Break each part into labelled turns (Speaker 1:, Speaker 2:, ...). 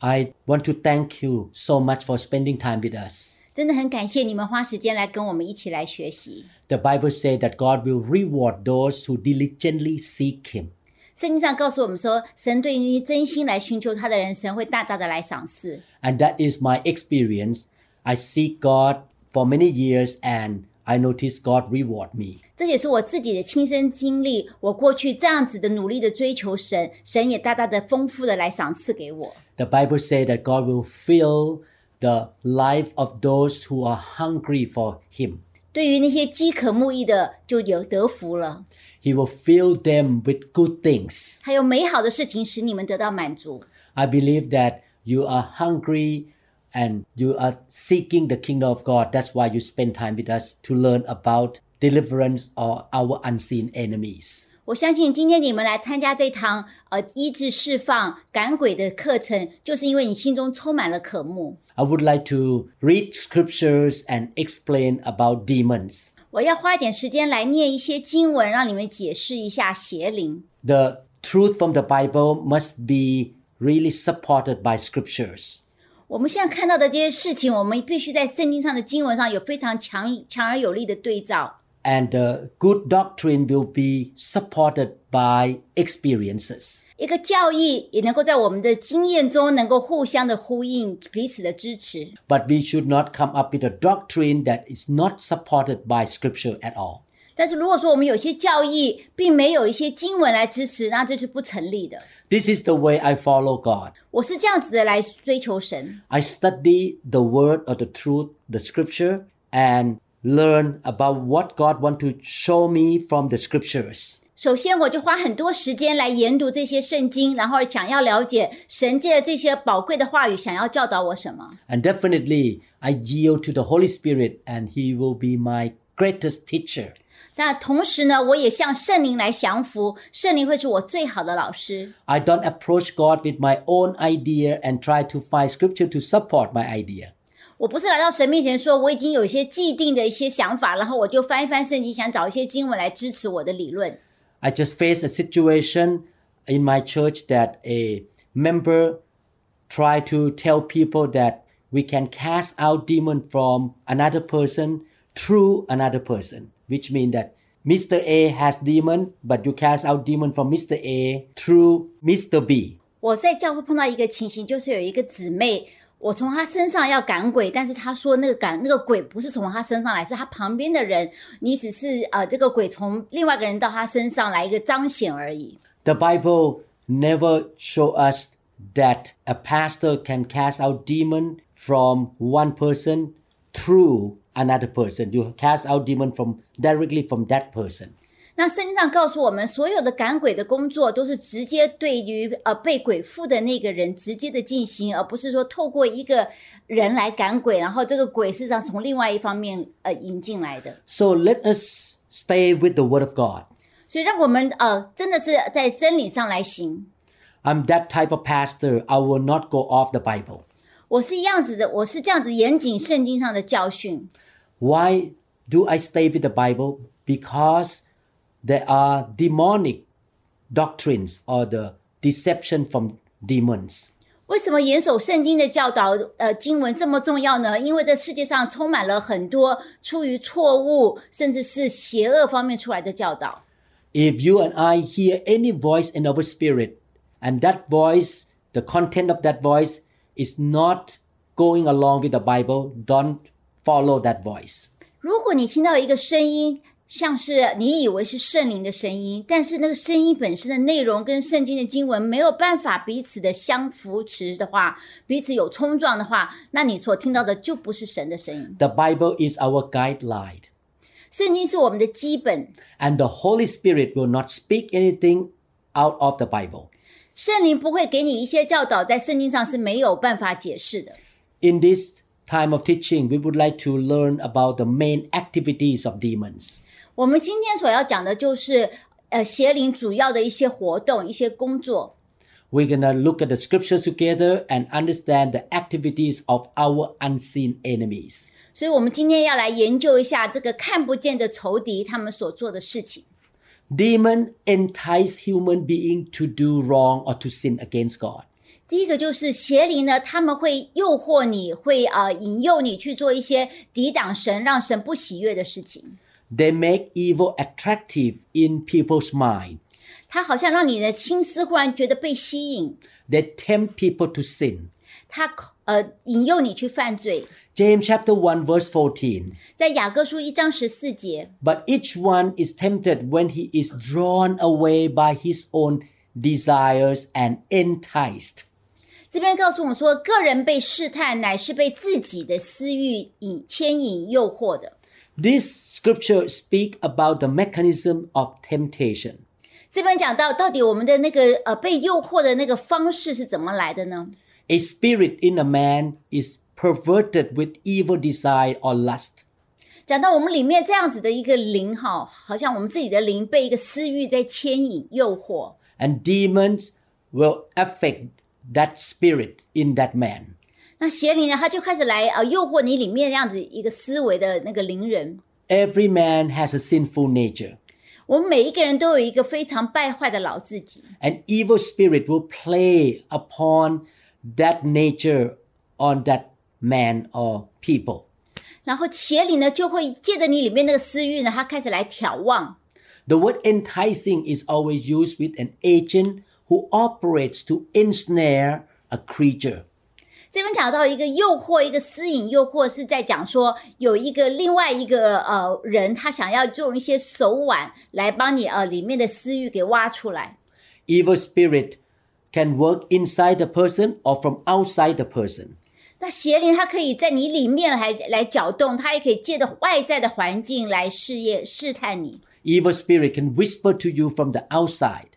Speaker 1: I want to thank you so much for spending time with us.
Speaker 2: 真的很感谢你们花时间来跟我们一起来学习。
Speaker 1: The Bible says that God will reward those who diligently seek Him.
Speaker 2: 圣经上告诉我们说，神对于那些真心来寻求他的人，神会大大的来赏赐。
Speaker 1: And that is my experience. I seek God for many years and I notice God reward me.
Speaker 2: 这也是我自己的亲身经历，我过去这样子的努力的追求神，神也大大的丰富的来赏赐给我。
Speaker 1: The Bible says that God will fill the life of those who are hungry for Him.
Speaker 2: 对于那些饥渴慕义的，就有得福了。
Speaker 1: He will fill them with good things.
Speaker 2: 还有美好的事情使你们得到满足。
Speaker 1: I believe that you are hungry and you are seeking the kingdom of God. That's why you spend time with us to learn about deliverance or our unseen enemies.
Speaker 2: 我相信今天你们来参加这堂呃医治释放赶鬼的课程，就是因为你心中充满了渴慕。
Speaker 1: I would like to read scriptures and explain about demons.
Speaker 2: 我要花一点时间来念一些经文，让你们解释一下邪灵。
Speaker 1: The truth from the Bible must be really supported by scriptures.
Speaker 2: 我们现在看到的这些事情，我们必须在圣经上的经文上有非常强强而有力的对照。
Speaker 1: And the good doctrine will be supported by experiences.
Speaker 2: 一个教义也能够在我们的经验中能够互相的呼应，彼此的支持。
Speaker 1: But we should not come up with a doctrine that is not supported by scripture at all.
Speaker 2: 但是如果说我们有些教义并没有一些经文来支持，那这是不成立的。
Speaker 1: This is the way I follow God.
Speaker 2: 我是这样子的来追求神，
Speaker 1: I study the word or the truth, the scripture, and learn about what God want to show me from the scriptures.
Speaker 2: 首先我就花很多时间来研读这些圣经，然后想要了解神借这些宝贵的话语想要教导我什么。
Speaker 1: And definitely, I yield to the Holy Spirit, and He will be my greatest teacher.
Speaker 2: 那同时呢，我也向圣灵来降服，圣灵会是我最好的老师。
Speaker 1: I don't approach God with my own idea and try to find scripture to support my idea.
Speaker 2: 我不是来到神面前说我已经有一些既定的一些想法，然后我就翻一翻圣经，想找一些经文来支持我的理论。
Speaker 1: I just faced a situation in my church that a member tried to tell people that we can cast out demon from another person through another person, which means that Mr. A has demon, but you cast out demon from Mr. A through Mr. B.
Speaker 2: 我在教会碰到一个情形，就是有一个姊妹，我从她身上要赶鬼，但是她说那个赶那个鬼不是从她身上来，是她旁边的人，你只是呃这个鬼从另外一个人到她身上来一个彰显而已。
Speaker 1: The Bible never show us that a pastor can cast out demon from one person through another person. You cast out demon from directly from that person.
Speaker 2: 那圣经上告诉我们，所有的赶鬼的工作都是直接对于呃被鬼附的那个人直接的进行，而不是说透过一个人来赶鬼，然后这个鬼事实上从另外一方面呃引进来的。
Speaker 1: So let us stay with the word of God.
Speaker 2: 所以让我们呃真的是在真理上来行。
Speaker 1: I'm that type of pastor. I will not go off the Bible.
Speaker 2: 我是一样子的，我是这样子严谨圣经上的教训。
Speaker 1: Why do I stay with the Bible? Because there are demonic doctrines or the deception from demons.
Speaker 2: 为什么严守圣经的教导，呃，经文这么重要呢？因为这世界上充满了很多出于错误，甚至是邪恶方面出来的教导。
Speaker 1: If you and I hear any voice in our spirit, and that voice, the content of that voice, is not going along with the Bible, don't follow that voice.
Speaker 2: 如果你听到一个声音，像是你以为是圣灵的声音，但是那个声音本身的内容跟圣经的经文没有办法彼此的相扶持的话，彼此有冲撞的话，那你所听到的就不是神的声音。
Speaker 1: The Bible is our guideline,
Speaker 2: 圣经是我们的基本，
Speaker 1: and the Holy Spirit will not speak anything out of the Bible.
Speaker 2: 圣灵不会给你一些教导，在圣经上是没有办法解释的。
Speaker 1: In this time of teaching, we would like to learn about the main activities of demons.
Speaker 2: 我们今天所要讲的就是呃邪灵主要的一些活动、一些工作。
Speaker 1: We're going to look at the scriptures together and understand the activities of our unseen enemies.
Speaker 2: 所以，我们今天要来研究一下这个看不见的仇敌他们所做的事情。
Speaker 1: Demon entice human being to do wrong or to sin against God.
Speaker 2: 第一个就是邪灵呢，他们会诱惑你，会呃引诱你去做一些抵挡神、让神不喜悦的事情。
Speaker 1: They make evil attractive in people's mind.
Speaker 2: 他好像让你的心思忽然觉得被吸引，
Speaker 1: They tempt people to sin.
Speaker 2: 他呃引诱你去犯罪。
Speaker 1: James chapter 1 verse 14.
Speaker 2: 在雅各书一章十四节，
Speaker 1: But each one is tempted when he is drawn away by his own desires and enticed.
Speaker 2: 这边告诉我们说，个人被试探乃是被自己的私欲引牵引诱惑的。
Speaker 1: This scripture speak about the mechanism of temptation.
Speaker 2: 这边讲到，到底我们的那个呃被诱惑的那个方式是怎么来的呢？
Speaker 1: A spirit in a man is perverted with evil desire or lust.
Speaker 2: 讲到我们里面这样子的一个灵哈，好像我们自己的灵被一个私欲在牵引、诱惑，
Speaker 1: and demons will affect that spirit in that man.
Speaker 2: 那邪灵呢，他就开始来呃诱惑你里面这样子一个思维的那个灵人。
Speaker 1: Every man has a sinful nature.
Speaker 2: 我们每一个人都有一个非常败坏的老自己，
Speaker 1: An evil spirit will play upon that nature on that man or people.
Speaker 2: 然后邪灵呢就会借着你里面那个私欲呢，他开始来挑旺。
Speaker 1: The word enticing is always used with an agent who operates to ensnare a creature.
Speaker 2: 这边讲到一个诱惑，一个私引诱惑，是在讲说有一个另外一个呃人，他想要用一些手腕来帮你呃里面的私欲给挖出来。
Speaker 1: Evil spirit can work inside the person or from outside the person.
Speaker 2: 那邪灵它可以在你里面来来搅动，它也可以借着外在的环境来试验试探你。
Speaker 1: Evil spirit can whisper to you from the outside.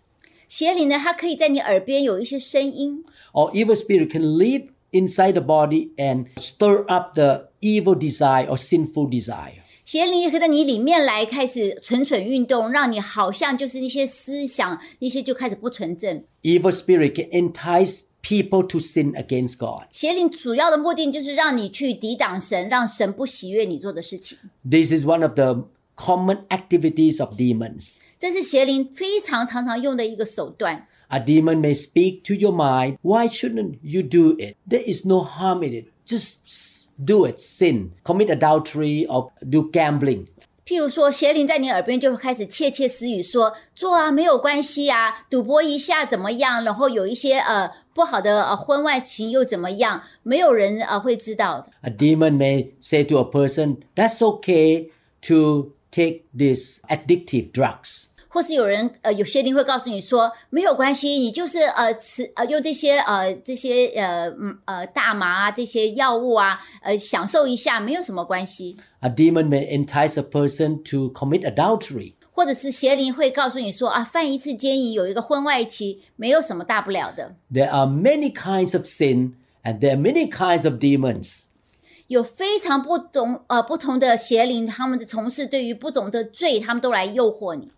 Speaker 2: 邪灵呢，它可以在你耳边有一些声音，
Speaker 1: or evil spirit can live inside the body and stir up the evil desire or sinful desire.
Speaker 2: 邪灵也可以在你里面来开始蠢蠢运动，让你好像就是一些思想，一些就开始不纯正。
Speaker 1: Evil spirit can entice people to sin against God.
Speaker 2: 邪灵主要的目的就是让你去抵挡神，让神不喜悦你做的事情。
Speaker 1: This is one of the common activities of demons.
Speaker 2: 这是邪灵非常常常用的一个手段。
Speaker 1: A demon may speak to your mind, why shouldn't you do it? There is no harm in it. Just s- do it, sin, commit adultery, or do gambling.
Speaker 2: 譬如说，邪灵在你耳边就会开始窃窃私语说，做啊没有关系啊，赌博一下怎么样？然后有一些呃不好的呃婚外情又怎么样？没有人呃会知道的。
Speaker 1: A demon may say to a person, that's okay to take these addictive drugs.
Speaker 2: 或是有人呃有邪灵会告诉你说没有关系，你就是呃吃呃用这些呃这些呃嗯呃大麻啊这些药物啊呃享受一下没有什么关系，
Speaker 1: A demon may entice a person to commit adultery.
Speaker 2: 或者是邪灵会告诉你说啊犯一次奸淫有一个婚外期没有什么大不了的，
Speaker 1: There are many kinds of sin and there are many kinds of demons.
Speaker 2: 有非常不同呃不同的邪灵他们的从事对于不同的罪他们都来诱惑你，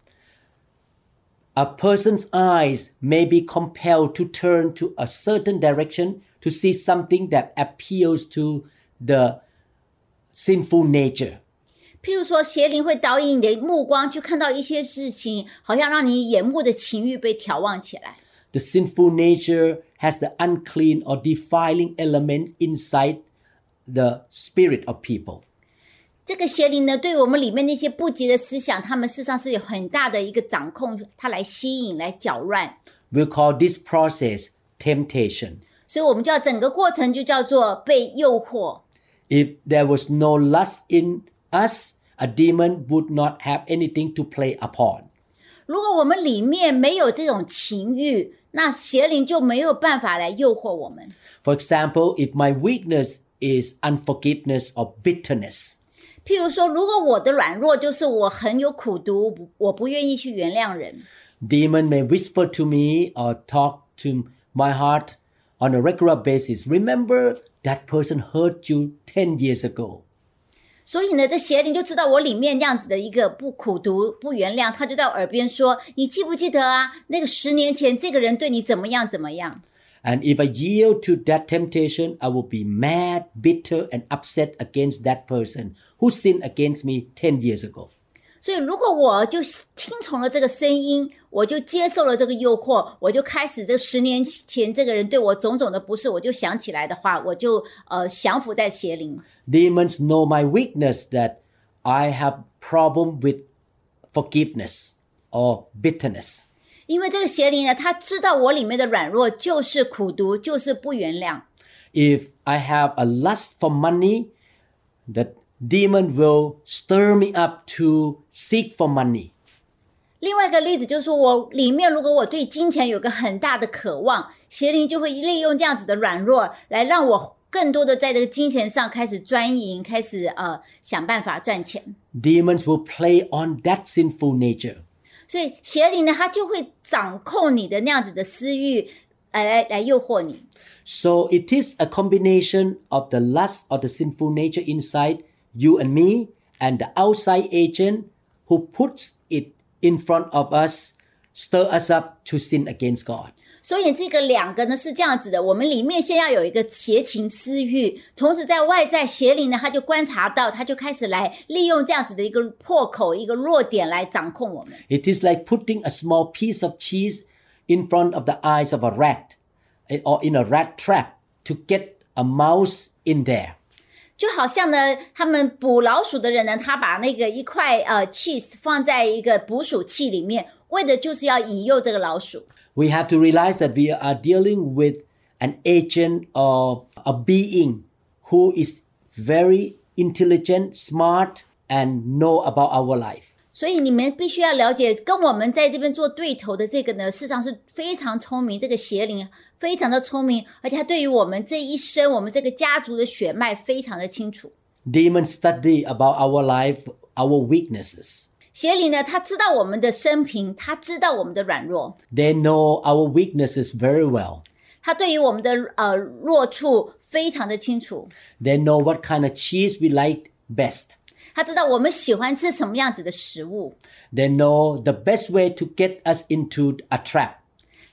Speaker 1: A person's eyes may be compelled to turn to a certain direction to see something that appeals to the sinful nature.
Speaker 2: 譬如说邪灵会导引你的目光去看到一些事情，好像让你眼目的情欲被眺望起来。
Speaker 1: The sinful nature has the unclean or defiling element inside the spirit of people.
Speaker 2: 这个邪灵呢，对我们里面那些不洁的思想，他们事实上是有很大的一个掌控，它来吸引、来搅乱，
Speaker 1: We call this process temptation.
Speaker 2: 所以我们就要整个过程就叫做被诱惑。
Speaker 1: If there was no lust in us, a demon would not have anything to play upon.
Speaker 2: 如果我们里面没有这种情欲，那邪灵就没有办法来诱惑我们。
Speaker 1: For example, if my weakness is unforgiveness or bitterness,
Speaker 2: 譬如说，如果我的软弱就是我很有苦毒，不我不愿意去原谅人，
Speaker 1: demon may whisper to me or talk to my heart on a regular basis. Remember that person hurt you 10 years ago.
Speaker 2: 所以呢，这邪灵就知道我里面那样子的一个不苦读、不原谅，他就在我耳边说：“你记不记得啊？那个十年前这个人对你怎么样怎么样
Speaker 1: And if I yield to that temptation, I will be mad, bitter, and upset against that person who sinned against me 10 years ago.？”
Speaker 2: 所以如果我就听从了这个声音，我就接受了这个诱惑，我就开始这十年前这个人对我种种的不是，我就想起来的话，我就呃降服在邪灵。
Speaker 1: Demons know my weakness that I have problem with forgiveness or bitterness.
Speaker 2: 因为这个邪灵呢，他知道我里面的软弱就是苦读，就是不原谅。
Speaker 1: If I have a lust for money, the demon will stir me up to seek for money.
Speaker 2: 另外一个例子就是说，我里面如果我对金钱有个很大的渴望，邪灵就会利用这样子的软弱来让我更多的在这个金钱上开始钻营，开始呃想办法赚钱。
Speaker 1: Demons will play on that sinful nature.
Speaker 2: 所以邪灵呢，他就会掌控你的那样子的私欲，来来来诱惑你。
Speaker 1: So it is a combination of the lust or the sinful nature inside you and me and the outside agent who puts it in front of us, stir us up to sin against God.
Speaker 2: 所以这个两个呢是这样子的，我们里面先要有一个邪情私欲，同时在外在邪灵呢，他就观察到，他就开始来利用这样子的一个破口、一个弱点来掌控我们。
Speaker 1: It is like putting a small piece of cheese in front of the eyes of a rat eh, or in a rat trap to get a mouse in there.
Speaker 2: 就好像呢，他们捕老鼠的人呢，他把那个一块呃 cheese 放在一个捕鼠器里面，为的就是要引诱这个老鼠。
Speaker 1: We have to realize that we are dealing with an agent or a being who is very intelligent, smart, and know about our life.
Speaker 2: 所以你们必须要了解，跟我们在这边做对头的这个呢，事实上是非常聪明，这个邪灵啊非常的聪明，而且他对于我们这一生，我们这个家族的血脉非常的清楚。
Speaker 1: Demons study about our life, our weaknesses.
Speaker 2: 邪灵呢，他知道我们的生平，他知道我们的软弱，
Speaker 1: They know our weaknesses very well.
Speaker 2: 他对于我们的呃弱处非常的清楚，
Speaker 1: They know what kind of cheese we like best.
Speaker 2: 他知道我们喜欢吃什么样子的食物，
Speaker 1: They know the best way to get us into a trap,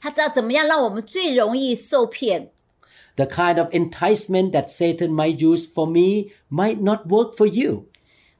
Speaker 2: 他知道怎么样让我们最容易受骗。
Speaker 1: the kind of enticement that Satan might use for me might not work for you.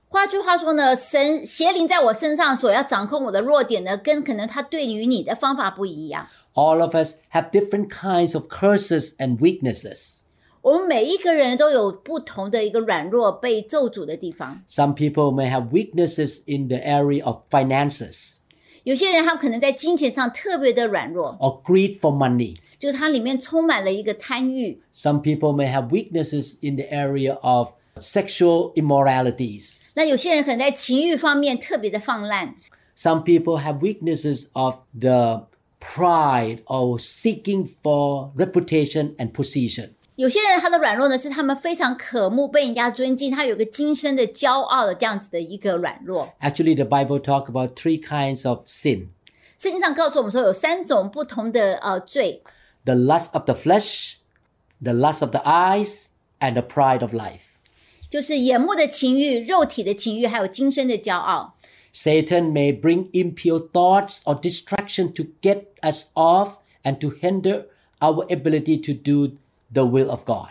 Speaker 2: 换句话说呢，神邪灵在我身上所要掌控我的弱点呢，跟可能他对于你的方法不一样。
Speaker 1: All of us have different kinds of curses and weaknesses.
Speaker 2: 我们每一个人都有不同的一个软弱被咒诅的地方。
Speaker 1: Some people may have weaknesses in the area of finances
Speaker 2: 有些人他可能在金钱上特别的软弱，
Speaker 1: or greed for money.
Speaker 2: 就是他里面充满了一个贪欲；
Speaker 1: Some people may have weaknesses in the area of sexual immoralities.
Speaker 2: 那有些人可能在情欲方面特别的放滥；
Speaker 1: Some people have weaknesses of the pride or seeking for reputation and position.
Speaker 2: 有些人他的软弱呢是他们非常渴慕被人家尊敬，他有个今生的骄傲的这样子的一个软弱。
Speaker 1: Actually, the Bible talk about three kinds of sin:
Speaker 2: 圣经上告诉我们说有三种不同的呃罪，
Speaker 1: the lust of the flesh, the lust of the eyes, and the pride of life.
Speaker 2: 就是眼目的情欲、肉体的情欲，还有今生的骄傲。
Speaker 1: Satan may bring impure thoughts or distraction to get us off and to hinder our ability to do the will of God.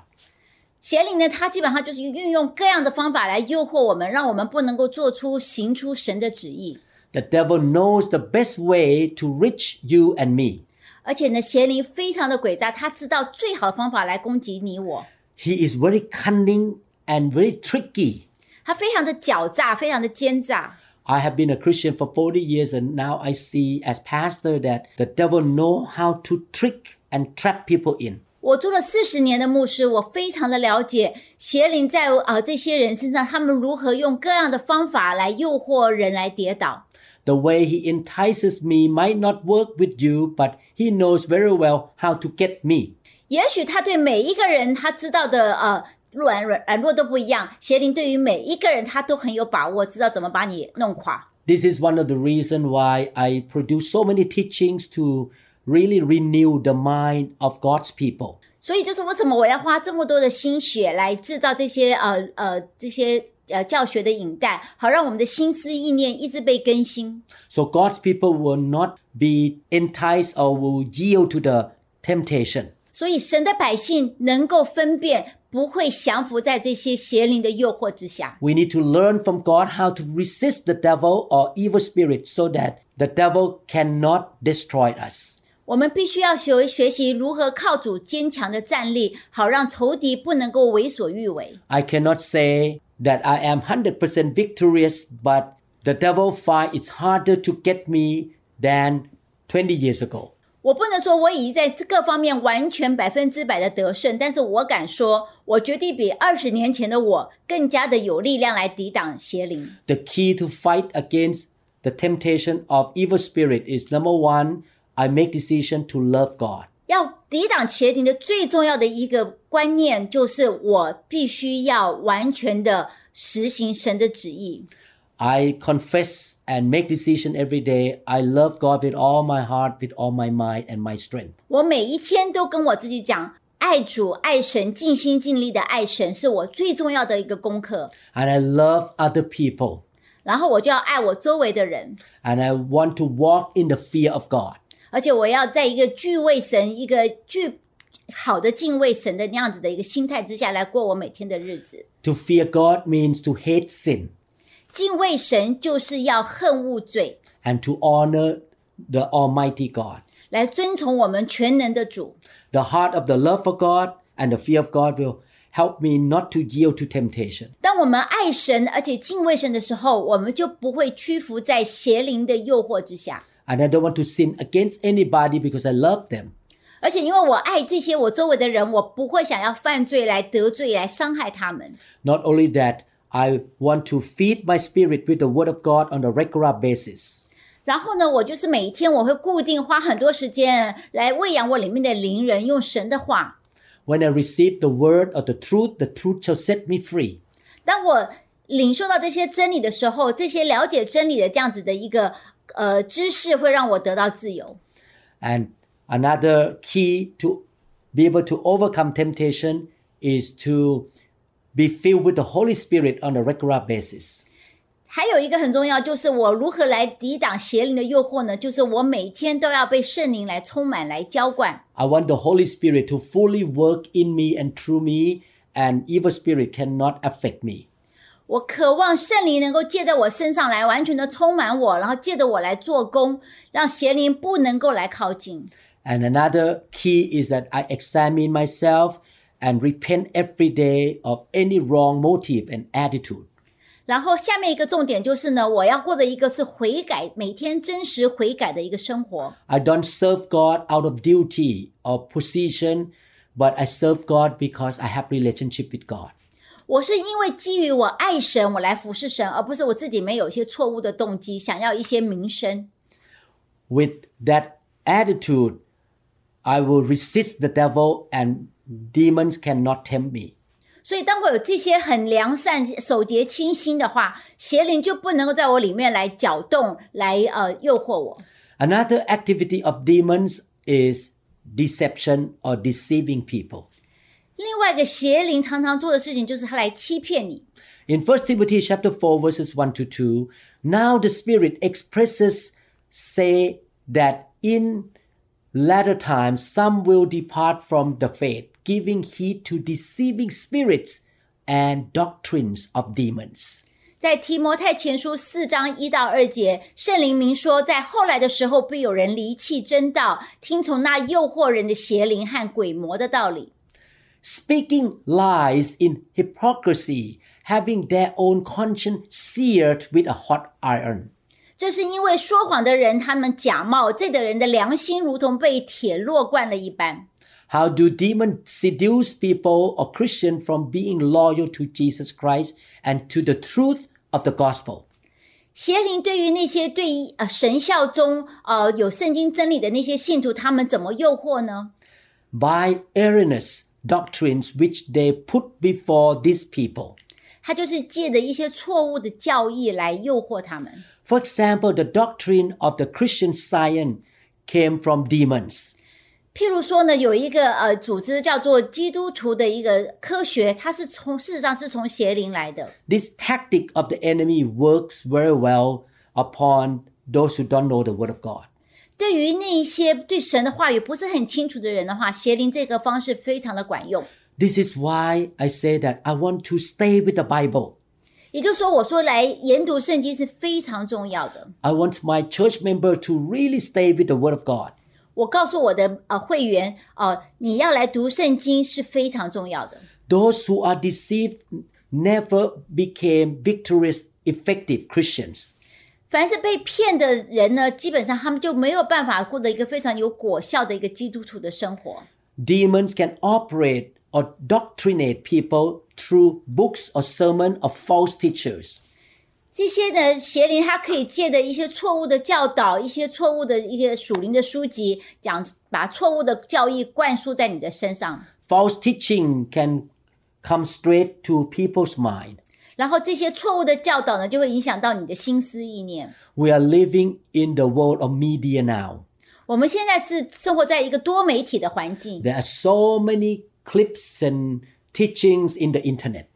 Speaker 2: 邪灵呢，它基本上就是运用各样的方法来诱惑我们，让我们不能够做出行出神的旨意。
Speaker 1: The devil knows the best way to reach you and me.
Speaker 2: 而且呢，邪灵非常的诡诈，他知道最好的方法来攻击你我，
Speaker 1: He is very cunning and very tricky.
Speaker 2: 他非常的狡诈，非常的奸诈。
Speaker 1: I have been a Christian for 40 years and now I see as pastor that the devil know how to trick and trap people in.
Speaker 2: 我做了四十年的牧师，我非常的了解邪灵在呃这些人身上，他们如何用各样的方法来诱惑人来跌倒。
Speaker 1: The way he entices me might not work with you, but he knows very well how to get me.
Speaker 2: 也许他对每一个人他知道的呃软软软弱都不一样，邪灵对于每一个人他都很有把握，知道怎么把你弄垮。
Speaker 1: This is one of the reason why I produce so many teachings to really renew the mind of God's people.
Speaker 2: 所以就是为什么我要花这么多的心血来制造这些呃呃这些呃教学的影带，好让我们的心思意念一直被更新。
Speaker 1: So God's people will not be enticed or will yield to the temptation.
Speaker 2: 所以神的百姓能够分辨，不会降服在这些邪灵的诱惑之下。
Speaker 1: We need to learn from God how to resist the devil or evil spirit so that the devil cannot destroy us.
Speaker 2: 我们必须要学学习如何靠主坚强的站立，好让仇敌不能够为所欲为。
Speaker 1: I cannot say that I am 100% victorious, but the devil fight it's harder to get me than 20 years ago.
Speaker 2: 我不能说我已经在这各方面完全百分之百的得胜，但是我敢说，我绝对比二十年前的我更加的有力量来抵挡邪灵。
Speaker 1: The key to fight against the temptation of evil spirit is number 1, I make decision to love God.
Speaker 2: 要抵挡邪灵的最重要的一个观念，就是我必须要完全的实行神的旨意。
Speaker 1: I confess and make decision every day. I love God with all my heart, with all my mind and my strength.
Speaker 2: 我每一天都跟我自己讲，爱主、爱神，尽心尽力的爱神，是我最重要的一个功课。
Speaker 1: And I love other people.
Speaker 2: 然后我就要爱我周围的人，
Speaker 1: And I want to walk in the fear of God.
Speaker 2: 而且我要在一个惧畏神、一个惧好的敬畏神的那样子的一个心态之下来过我每天的日子。
Speaker 1: To fear God means to hate sin
Speaker 2: 敬畏神就是要恨恶罪，
Speaker 1: and to honor the Almighty God.
Speaker 2: 来遵从我们全能的主。
Speaker 1: The heart of the love for God and the fear of God will help me not to yield to temptation.
Speaker 2: 当我们爱神而且敬畏神的时候，我们就不会屈服在邪灵的诱惑之下。
Speaker 1: And I don't want to sin against anybody because I love them.
Speaker 2: 而且因为我爱这些我周围的人，我不会想要犯罪来得罪、来伤害他们。
Speaker 1: Not only that, I want to feed my spirit with the word of God on a regular basis.
Speaker 2: 然后呢，我就是每一天我会固定花很多时间来喂养我里面的灵人，用神的话。
Speaker 1: When I receive the word or the truth, the truth shall set me free.
Speaker 2: 当我领受到这些真理的时候，这些了解真理的这样子的一个呃知识，会让我得到自由。
Speaker 1: And another key to be able to overcome temptation is to be filled with the Holy Spirit on a regular basis.
Speaker 2: 还有一个很重要，就是我如何来抵挡邪灵的诱惑呢？就是我每天都要被圣灵来充满、来浇灌。
Speaker 1: I want the Holy Spirit to fully work in me and through me, and evil spirit cannot affect me.
Speaker 2: 我渴望圣灵能够借在我身上来完全的充满我，然后借着我来做工，让邪灵不能够来靠近。
Speaker 1: And another key is that I examine myself and repent every day of any wrong motive and attitude.
Speaker 2: 然后下面一个重点就是呢，我要过的一个是悔改，每天真实悔改的一个生活。
Speaker 1: I don't serve God out of duty or position, but I serve God because I have relationship with God.
Speaker 2: 我是因为基于我爱神，我来服侍神，而不是我自己没有一些错误的动机，想要一些名声。
Speaker 1: With that attitude, I will resist the devil and demons cannot tempt me.
Speaker 2: 所以，当我有这些很良善、守节清心的话，邪灵就不能够在我里面来搅动、来呃诱惑我。
Speaker 1: Another activity of demons is deception or deceiving people.
Speaker 2: 另外一个邪灵常常做的事情就是他来欺骗你。
Speaker 1: In 1 Timothy chapter 4 verses 1 to 2, now the spirit expresses say that in latter times some will depart from the faith, giving heed to deceiving spirits and doctrines of demons.
Speaker 2: 在提摩太前书四章一到二节，圣灵明说，在后来的时候，必有人离弃真道，听从那诱惑人的邪灵和鬼魔的道理。
Speaker 1: Speaking lies in hypocrisy, having their own conscience seared with a hot iron.
Speaker 2: 这是因为说谎的人，他们假冒这的人的良心，如同被铁落灌了一般。
Speaker 1: How do demons seduce people or Christian from being loyal to Jesus Christ and to the truth of the gospel?
Speaker 2: 邪灵对于那些对于呃神效中呃有圣经真理的那些信徒，他们怎么诱惑呢？
Speaker 1: by erroneous doctrines which they put before these people.
Speaker 2: 他就是借着一些错误的教义来诱惑他们。
Speaker 1: For example, the doctrine of the Christian science came from demons.
Speaker 2: 譬如说呢，有一个呃组织叫做基督徒的一个科学，它是从事实上是从邪灵来的。
Speaker 1: This tactic of the enemy works very well upon those who don't know the word of God.
Speaker 2: 对于那一些对神的话语不是很清楚的人的话，邪灵这个方式非常的管用。
Speaker 1: This is why I say that I want to stay with the Bible.
Speaker 2: 也就是说，我说来研读圣经是非常重要的。
Speaker 1: I want my church member to really stay with the word of God.
Speaker 2: 我告诉我的呃会员，呃，你要来读圣经是非常重要的。
Speaker 1: Those who are deceived never became victorious, effective Christians.
Speaker 2: 凡是被骗的人呢，基本上他们就没有办法过得一个非常有果效的一个基督徒的生活。
Speaker 1: Demons can operate or doctrinate people through books or sermon of false teachers.
Speaker 2: 这些呢，邪灵它可以借着一些错误的教导、一些错误的一些属灵的书籍，讲把错误的教义灌输在你的身上，
Speaker 1: False teaching can come straight to people's mind.
Speaker 2: 然后这些错误的教导呢，就会影响到你的心思意念。
Speaker 1: We are living in the world of media now.
Speaker 2: 我们现在是生活在一个多媒体的环境，
Speaker 1: There are so many clips and teachings in the internet.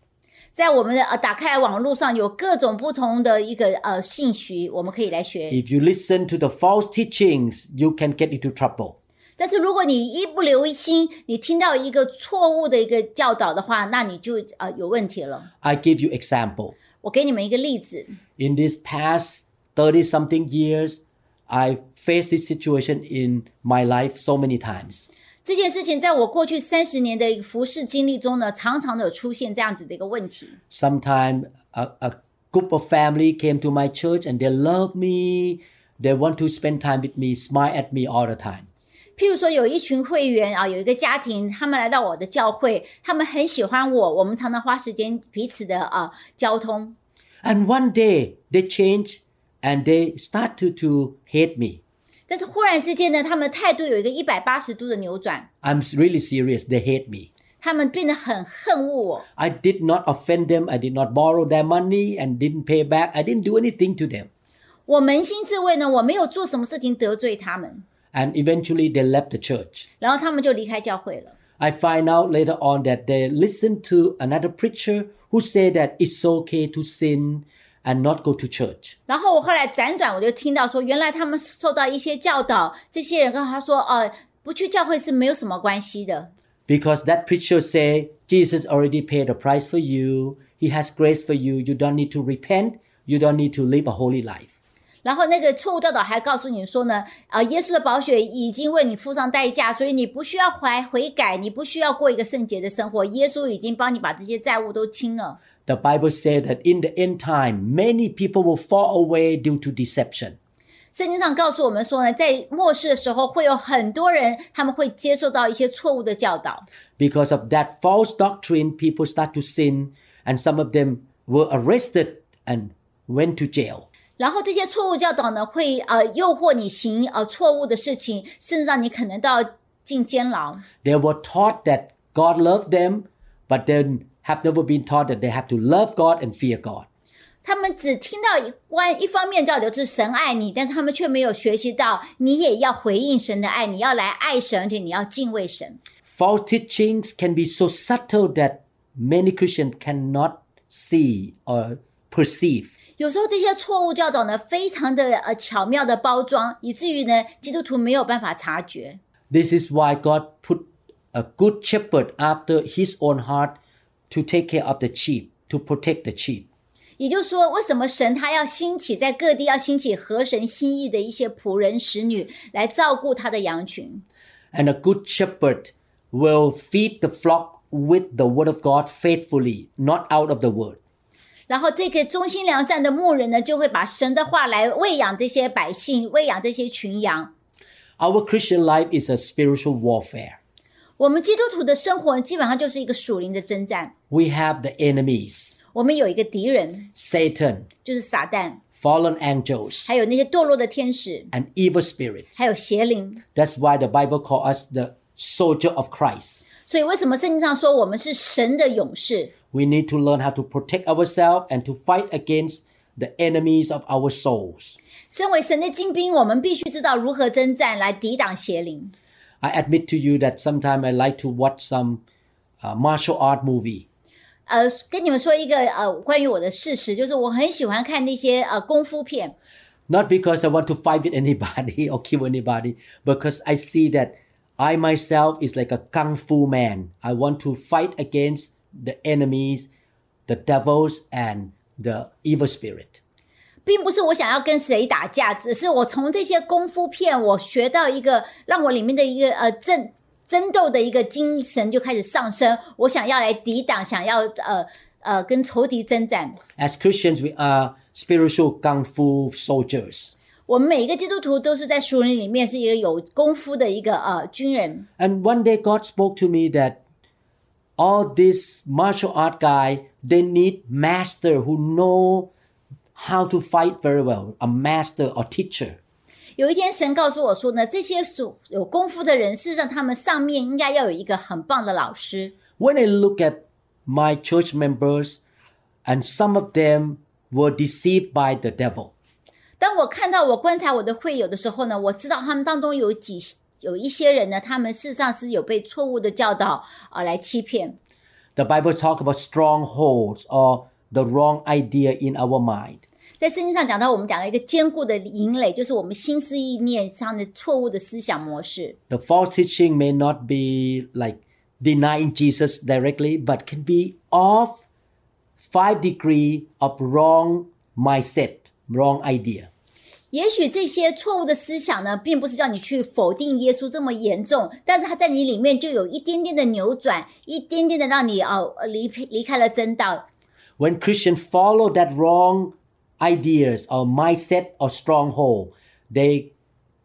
Speaker 2: 在我们的呃打开网络上有各种不同的一个呃信息，我们可以来学。
Speaker 1: If you listen to the false teachings, you can get into trouble.
Speaker 2: 但是如果你一不留心，你听到一个错误的一个教导的话，那你就呃有问题了。
Speaker 1: I give you example.
Speaker 2: 我给你们一个例子。
Speaker 1: In these past 30 something years, I faced this situation in my life so many times.
Speaker 2: 这件事情在我过去三十年的一个服侍经历中呢，常常的有出现这样子的一个问题。
Speaker 1: Sometime a, a group of family came to my church and they love me. They want to spend time with me, smile at me all the time.
Speaker 2: 譬如说，有一群会员啊，有一个家庭，他们来到我的教会，他们很喜欢我，我们常常花时间彼此的啊交通。
Speaker 1: And one day they change and they start to, to hate me.
Speaker 2: 但是忽然之间呢，他们的态度有一个一百八十度的扭转，
Speaker 1: I'm really serious. They hate me.
Speaker 2: 他们变得很恨恶我。
Speaker 1: I did not offend them. I did not borrow their money and didn't pay back. I didn't do anything to them.
Speaker 2: 我扪心自问呢，我没有做什么事情得罪他们，
Speaker 1: And eventually they left the church.
Speaker 2: 然后他们就离开教会了。
Speaker 1: I find out later on that they listened to another preacher who said that it's okay to sin and not go to church.
Speaker 2: 然后我后来辗转，我就听到说，原来他们受到一些教导，这些人跟他说，呃，不去教会是没有什么关系的，
Speaker 1: Because that preacher said, Jesus already paid the price for you. He has grace for you. You don't need to repent. You don't need to live a holy life.
Speaker 2: 然后那个错误教导还告诉你说呢，啊、耶稣的宝血已经为你付上代价，所以你不需要怀悔改，你不需要过一个圣洁的生活，耶稣已经帮你把这些债务都清了。
Speaker 1: The Bible said that in the end time, many people will fall away due to deception.
Speaker 2: 圣经上告诉我们说呢，在末世的时候，会有很多人他们会接受到一些错误的教导，
Speaker 1: Because of that false doctrine, people start to sin, and some of them were arrested and went to jail.
Speaker 2: 然后这些错误教导呢，会呃诱惑你行呃错误的事情，甚至让你可能到进监牢。
Speaker 1: They were taught that God loved them, but then have never been taught that they have to love God and fear God.
Speaker 2: 他们只听到一关一方面教导就是神爱你，但是他们却没有学习到你也要回应神的爱，你要来爱神，而且你要敬畏神。
Speaker 1: False teachings can be so subtle that many Christians cannot see or perceive.
Speaker 2: 有时候这些错误教导呢，非常的呃巧妙的包装，以至于呢基督徒没有办法察觉。
Speaker 1: This is why God put a good shepherd after his own heart to take care of the sheep, to protect the sheep.
Speaker 2: 也就是说，为什么神他要兴起在各地要兴起合神心意的一些仆人使女来照顾他的羊群？
Speaker 1: and a good shepherd will feed the flock with the word of God faithfully, not out of the word.
Speaker 2: 然后这个忠心良善的牧人呢，就会把神的话来喂养这些百姓，喂养这些群羊。
Speaker 1: Our Christian life is a spiritual warfare.
Speaker 2: 我们基督徒的生活基本上就是一个属灵的征战。
Speaker 1: We have the enemies,
Speaker 2: 我们有一个敌人，
Speaker 1: Satan,
Speaker 2: 就是撒旦，
Speaker 1: fallen angels,
Speaker 2: 还有那些堕落的天使，
Speaker 1: and evil spirits.
Speaker 2: 还有邪灵。
Speaker 1: That's why the Bible calls us the soldier of Christ.
Speaker 2: 所以为什么圣经上说我们是神的勇士？
Speaker 1: We need to learn how to protect ourselves and to fight against the enemies of our souls.
Speaker 2: 身为神的精兵，我们必须知道如何征战来抵挡邪灵。
Speaker 1: I admit to you that sometimes I like to watch some uh, martial art movie.
Speaker 2: 呃，跟你们说一个呃关于我的事实，就是我很喜欢看那些呃功夫片，
Speaker 1: Not because I want to fight with anybody or kill anybody, because I see that I myself is like a kung fu man. I want to fight against the enemies, the devils, and the evil spirit.
Speaker 2: 并不是我想要跟谁打架，只是我从这些功夫片我学到一个让我里面的一个呃争争斗的一个精神就开始上升，我想要来抵挡，想要呃呃跟仇敌征战。
Speaker 1: As Christians, we are spiritual kung fu soldiers.
Speaker 2: 我们每一个基督徒都是在属灵里面是一个有功夫的一个呃军人。
Speaker 1: And one day God spoke to me that all these martial art guy, they need master who know how to fight very well, a master or teacher.
Speaker 2: 有一天，神告诉我说呢，这些所有功夫的人，事实上他们上面应该要有一个很棒的老师。
Speaker 1: When I look at my church members, and some of them were deceived by the devil.
Speaker 2: 当我看到我观察我的会友的时候呢，我知道他们当中有几有一些人呢，他们事实上是有被错误的教导啊、呃来欺骗。
Speaker 1: The Bible talk about strongholds or the wrong idea in our mind.
Speaker 2: 在圣经上讲到，我们讲到一个坚固的营垒，就是我们心思意念上的错误的思想模式。
Speaker 1: The false teaching may not be like denying Jesus directly, but can be of five degree of wrong mindset, wrong idea.
Speaker 2: 也许这些错误的思想呢，并不是叫你去否定耶稣这么严重，但是它在你里面就有一点点的扭转，一点点的让你哦离离开了真道。
Speaker 1: When Christians follow that wrong ideas or mindset or stronghold, they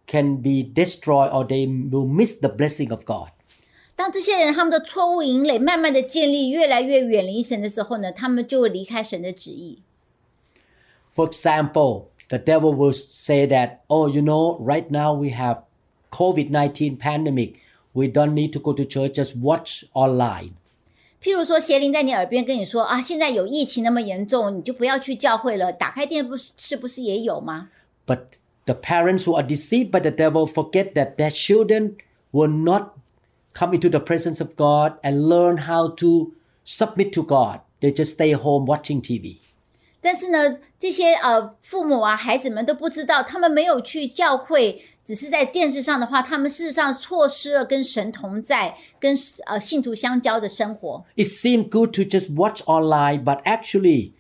Speaker 1: can be destroyed or they will miss the blessing of God.
Speaker 2: 当这些人他们的错误营垒慢慢的建立，越来越远离神的时候呢，他们就会离开神的旨意。
Speaker 1: For example, the devil will say that, oh, you know, right now we have COVID-19 pandemic. We don't need to go to church, just watch online.
Speaker 2: 譬如说，邪灵在你耳边跟你说啊，现在有疫情那么严重，你就不要去教会了。打开电不是是不是也有吗？
Speaker 1: But the parents who are deceived by the devil forget that their children will not come into the presence of God and learn how to submit to God. They just stay home watching TV.
Speaker 2: 但是呢，这些呃父母啊，孩子们都不知道，他们没有去教会，只是在电视上的话，他们事实上错失了跟神同在、跟呃信徒相交的生活。
Speaker 1: It seemed good to just watch online, but actually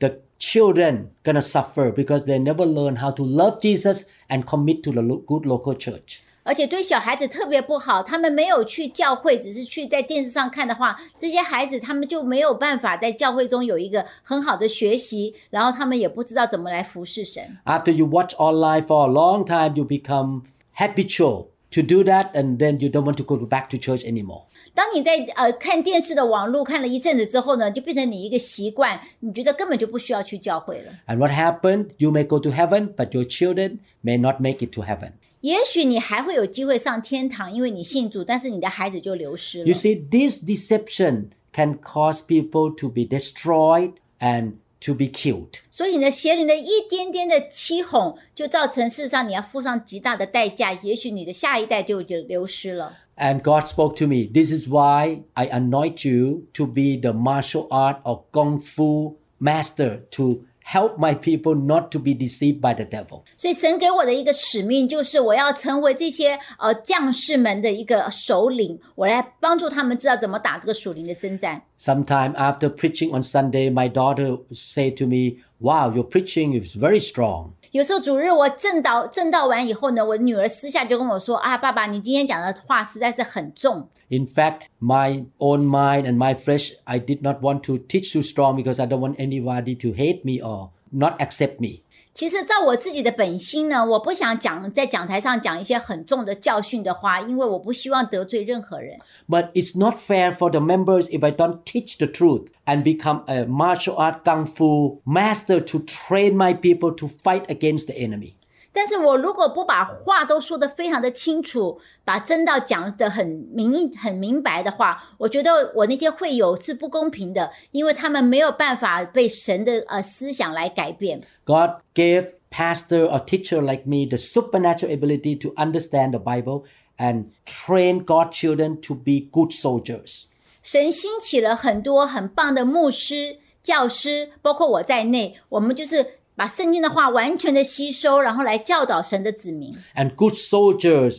Speaker 1: the children gonna suffer because they never learn how to love Jesus and commit to the lo- good local church.
Speaker 2: 而且对小孩子特别不好，他们没有去教会，只是去在电视上看的话，这些孩子他们就没有办法在教会中有一个很好的学习，然后他们也不知道怎么来服侍神。
Speaker 1: After you watch online for a long time, you become habitual to do that, and then you don't want to go back to church anymore.
Speaker 2: 当你在呃看电视的网络看了一阵子之后呢，就变成你一个习惯，你觉得根本就不需要去教会了。
Speaker 1: And what happened? You may go to heaven, but your children may not make it to heaven.
Speaker 2: 也许你还会有机会上天堂，因为你信主，但是你的孩子就流失
Speaker 1: You
Speaker 2: 了。
Speaker 1: see, this deception can cause people to be destroyed and to be killed.
Speaker 2: 所以呢，邪灵的一点点的欺哄，就造成世上你要付上极大的代价。也许你的下一代就流流失了。
Speaker 1: And God spoke to me, This is why I anoint you to be the martial art or kung fu master to help my people not to be deceived by the devil.
Speaker 2: 所以神给我的一个使命，就是我要成为这些呃将士们的一个首领，我来帮助他们知道怎么打这个属灵的征战。
Speaker 1: Sometime after preaching on Sunday, my daughter said to me, Wow, your preaching is very strong.
Speaker 2: 有时候主日我正导正道完以后呢，我女儿私下就跟我说：“啊，爸爸，你今天讲的话实在是很重。”
Speaker 1: In fact, my own mind and my flesh, I did not want to teach too strong because I don't want anybody to hate me or not accept me.
Speaker 2: 其实，照我自己的本心呢，我不想讲在讲台上讲一些很重的教训的话，因为我不希望得罪任何人。
Speaker 1: But it's not fair for the members if I don't teach the truth and become a martial art kung fu master to train my people to fight against the enemy.
Speaker 2: 但是我如果不把话都说得非常的清楚，把真道讲得很明很明白的话，我觉得我那些会友是不公平的，因为他们没有办法被神的呃思想来改变。
Speaker 1: God gave pastor or teacher like me the supernatural ability to understand the Bible and train God's children to be good soldiers.
Speaker 2: 神兴起了很多很棒的牧师、教师，包括我在内，我们就是把圣经的话完全的吸收，然后来教导神的子民。
Speaker 1: And good soldiers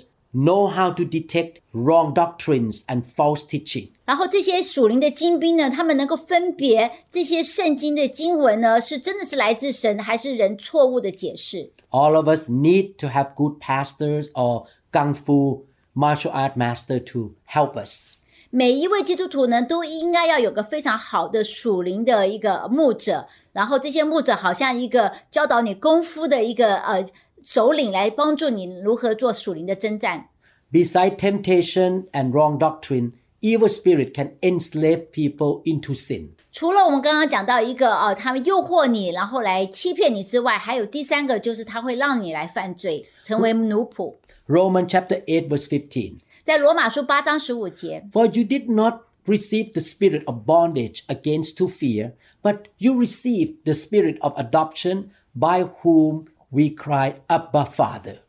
Speaker 1: know how to detect wrong doctrines and false teaching.
Speaker 2: 然后这些属灵的精兵呢，他们能够分别这些圣经的经文呢，是真的是来自神，还是人错误的解释。
Speaker 1: All of us need to have good pastors or kung fu martial art master to help us.
Speaker 2: 每一位基督徒呢，都应该要有个非常好的属灵的一个牧者，然后这些牧者好像一个教导你功夫的一个呃首领，来帮助你如何做属灵的征战。
Speaker 1: Beside temptation and wrong doctrine, evil spirit can enslave people into sin.
Speaker 2: 除了我们刚刚讲到一个呃，他们诱惑你，然后来欺骗你之外，还有第三个就是他会让你来犯罪，成为奴仆。
Speaker 1: Romans chapter 8 verse 15.
Speaker 2: 在罗马书八章十五节，
Speaker 1: For you did not receive the spirit of bondage against to fear, but you received the spirit of adoption by whom we cry, Abba, Father.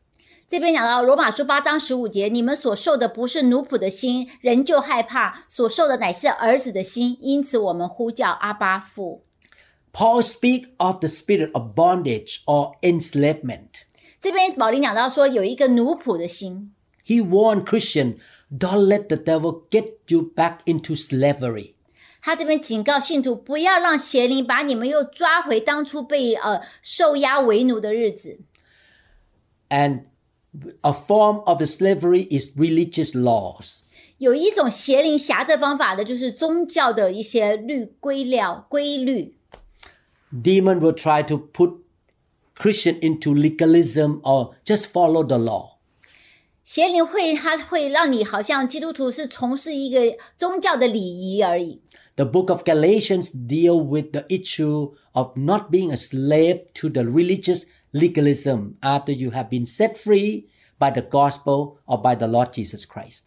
Speaker 2: 这边讲到罗马书八章十五节，你们所受的不是奴仆的心，仍旧害怕；所受的乃是儿子的心，因此我们呼叫阿巴父。
Speaker 1: Paul speaks of the spirit of bondage or enslavement.
Speaker 2: 这边保林讲到说，有一个奴仆的心，
Speaker 1: He warned Christian, don't let the devil get you back into slavery.
Speaker 2: 他这边警告信徒不要让邪灵把你们又抓回当初被呃受压为奴的日子。
Speaker 1: And a form of the slavery is religious laws.
Speaker 2: 有一种邪灵辖制方法的，就是宗教的一些律规料规律。
Speaker 1: Demon will try to put Christian into legalism or just follow the law.
Speaker 2: 邪灵会，它会让你好像基督徒是从事一个宗教的礼仪而已。
Speaker 1: The book of Galatians deal with the issue of not being a slave to the religious legalism after you have been set free by the gospel or by the Lord Jesus Christ.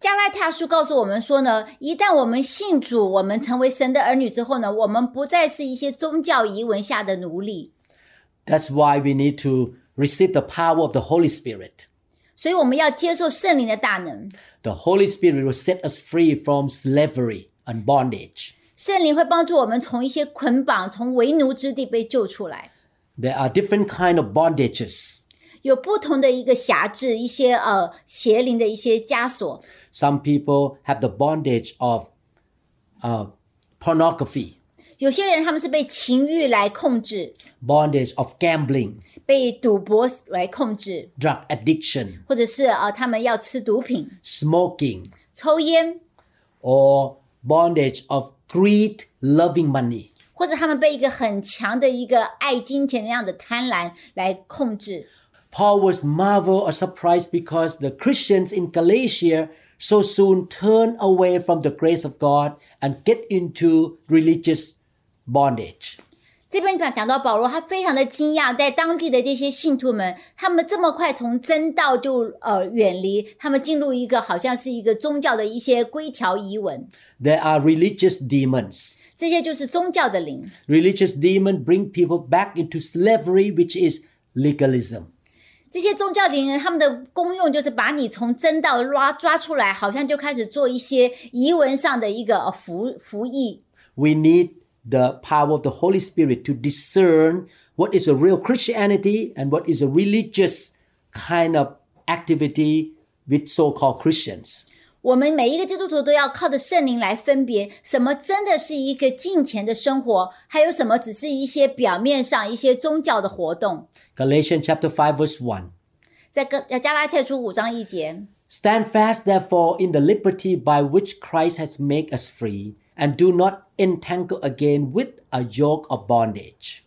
Speaker 2: 加拉太书告诉我们说呢，一旦我们信主，我们成为神的儿女之后呢，我们不再是一些宗教遗文下的奴隶，
Speaker 1: That's why we need to receive the power of the Holy Spirit.
Speaker 2: 所以我们要接受圣灵的大能。
Speaker 1: The Holy Spirit will set us free from slavery and bondage.
Speaker 2: 圣灵会帮助我们从一些捆绑、从为奴之地被救出来。
Speaker 1: There are different kind of bondages.
Speaker 2: 有不同的一个辖制，一些呃邪灵的一些枷锁。
Speaker 1: Some people have the bondage of uh, pornography,
Speaker 2: 有些人他们是被情欲来控制，
Speaker 1: bondage of gambling,
Speaker 2: 被赌博来控制，
Speaker 1: drug addiction,
Speaker 2: 或者是呃他们要吃毒品、
Speaker 1: smoking,
Speaker 2: 抽烟，
Speaker 1: or bondage of greed, loving money.
Speaker 2: 或者他们被一个很强的一个爱金钱那样的贪婪来控制。
Speaker 1: Paul was marveled or surprised because the Christians in Galatia so soon turn away from the grace of God and get into religious bondage.
Speaker 2: 这边讲讲到保罗，他非常的惊讶，在当地的这些信徒们，他们这么快从真道就呃远离，他们进入一个好像是一个宗教的一些规条遗文，
Speaker 1: There are religious demons.
Speaker 2: 这些就是宗教的灵。
Speaker 1: Religious demons bring people back into slavery, which is legalism.
Speaker 2: 这些宗教领人他们的功用就是把你从真道抓抓出来，好像就开始做一些遗文上的一个呃服服役。
Speaker 1: We need the power of the Holy Spirit to discern what is a real Christianity and what is a religious kind of activity with so called Christians.
Speaker 2: 我们每一个基督徒都要靠着圣灵来分别什么真的是一个敬虔的生活，还有什么只是一些表面上一些宗教的活动。
Speaker 1: Galatians chapter 5, verse 1.
Speaker 2: 在跟加拉太书五章一节，
Speaker 1: Stand fast, therefore, in the liberty by which Christ has made us free, and do not entangle again with a yoke of bondage.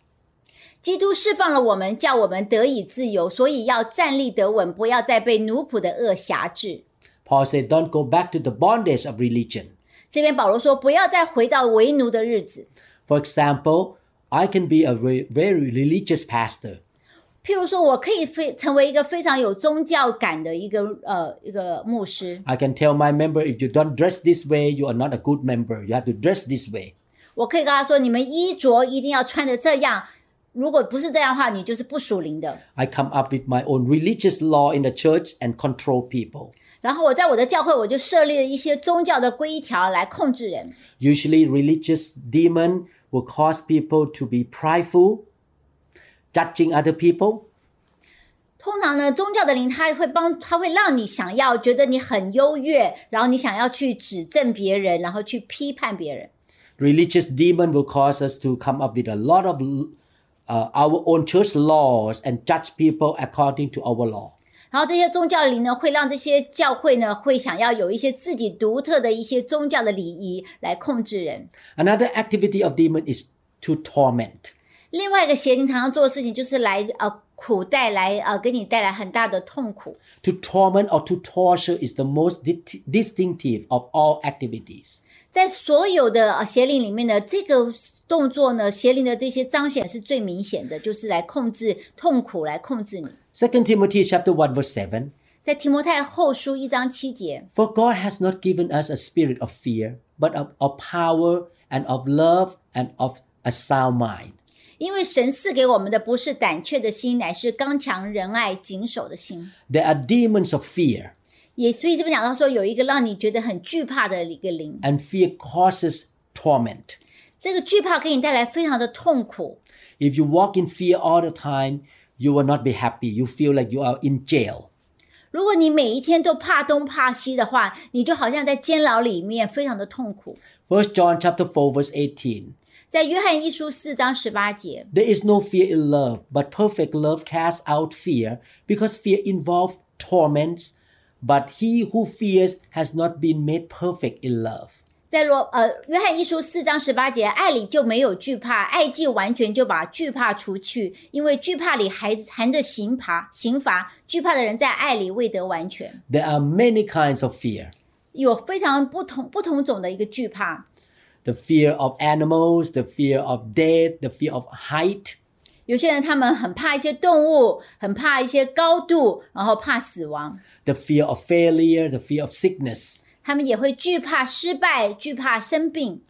Speaker 2: 基督释放了我们，叫我们得以自由，所以要站立得稳，不要再被奴仆的恶辖制。
Speaker 1: Paul said, Don't go back to the bondage of religion.
Speaker 2: 这边保罗说，不要再回到为奴的日子。
Speaker 1: For example, I can be a re- very religious pastor,
Speaker 2: 譬如说，我可以非成为一个非常有宗教感的一个呃一个牧师，
Speaker 1: I can tell my member if you don't dress this way, you are not a good member. You have to dress this way.
Speaker 2: 我可以跟他说，你们衣着一定要穿的这样，如果不是这样的话，你就是不属灵的。
Speaker 1: I come up with my own religious law in the church and control people.
Speaker 2: 然后我在我的教会，我就设立了一些宗教的规条来控制人。
Speaker 1: Usually, religious demon will cause people to be prideful, judging other people,
Speaker 2: 通常呢，宗教的灵它会帮，它会让你想要觉得你很优越，然后你想要去指正别人，然后去批判别人。
Speaker 1: religious demon will cause us to come up with a lot of uh, our own church laws and judge people according to our law.
Speaker 2: 然后这些宗教灵呢，会让这些教会呢，会想要有一些自己独特的一些宗教的礼仪来控制人。
Speaker 1: Another activity of demon is to torment.
Speaker 2: 另外一个邪灵常常做的事情，就是来呃苦带来呃给你带来很大的痛苦。
Speaker 1: To torment or to torture is the most di- distinctive of all activities.
Speaker 2: 在所有的呃邪灵里面呢，这个动作呢，邪灵的这些彰显是最明显的，就是来控制痛苦，来控制你。
Speaker 1: Second Timothy chapter 1 verse 7.
Speaker 2: 在提摩太后书一章七节，
Speaker 1: For God has not given us a spirit of fear, but of, of power and of love and of a sound mind.
Speaker 2: 因为神赐给我们的不是胆怯的心，乃是刚强、仁爱、谨守的心。
Speaker 1: There are demons of fear,
Speaker 2: 也所以这边讲到说，有一个让你觉得很惧怕的一个灵，
Speaker 1: and fear causes torment.
Speaker 2: 这个惧怕给你带来非常的痛苦。
Speaker 1: If you walk in fear all the time, you will not be happy. You feel like you are in jail.
Speaker 2: 如果你每一天都怕东怕西的话，你就好像在监牢里面，非常的痛苦。
Speaker 1: First John chapter 4 verse 18.
Speaker 2: 在约翰一书四章十八节，
Speaker 1: There is no fear in love, but perfect love casts out fear, because fear involves torments. But he who fears has not been made perfect in love.
Speaker 2: 在罗呃约翰一书四章十八节，爱里就没有惧怕，爱既完全就把惧怕除去，因为惧怕里还含着刑罚，刑罚惧怕的人在爱里未得完全。
Speaker 1: There are many kinds of fear
Speaker 2: 有非常不同不同种的一个惧怕，
Speaker 1: the fear of animals, the fear of death, the fear of height.
Speaker 2: 有些人他们很怕一些动物，很怕一些高度，然后怕死亡，
Speaker 1: the fear of failure, the fear of sickness.
Speaker 2: 他们也会惧怕失败，惧怕生病。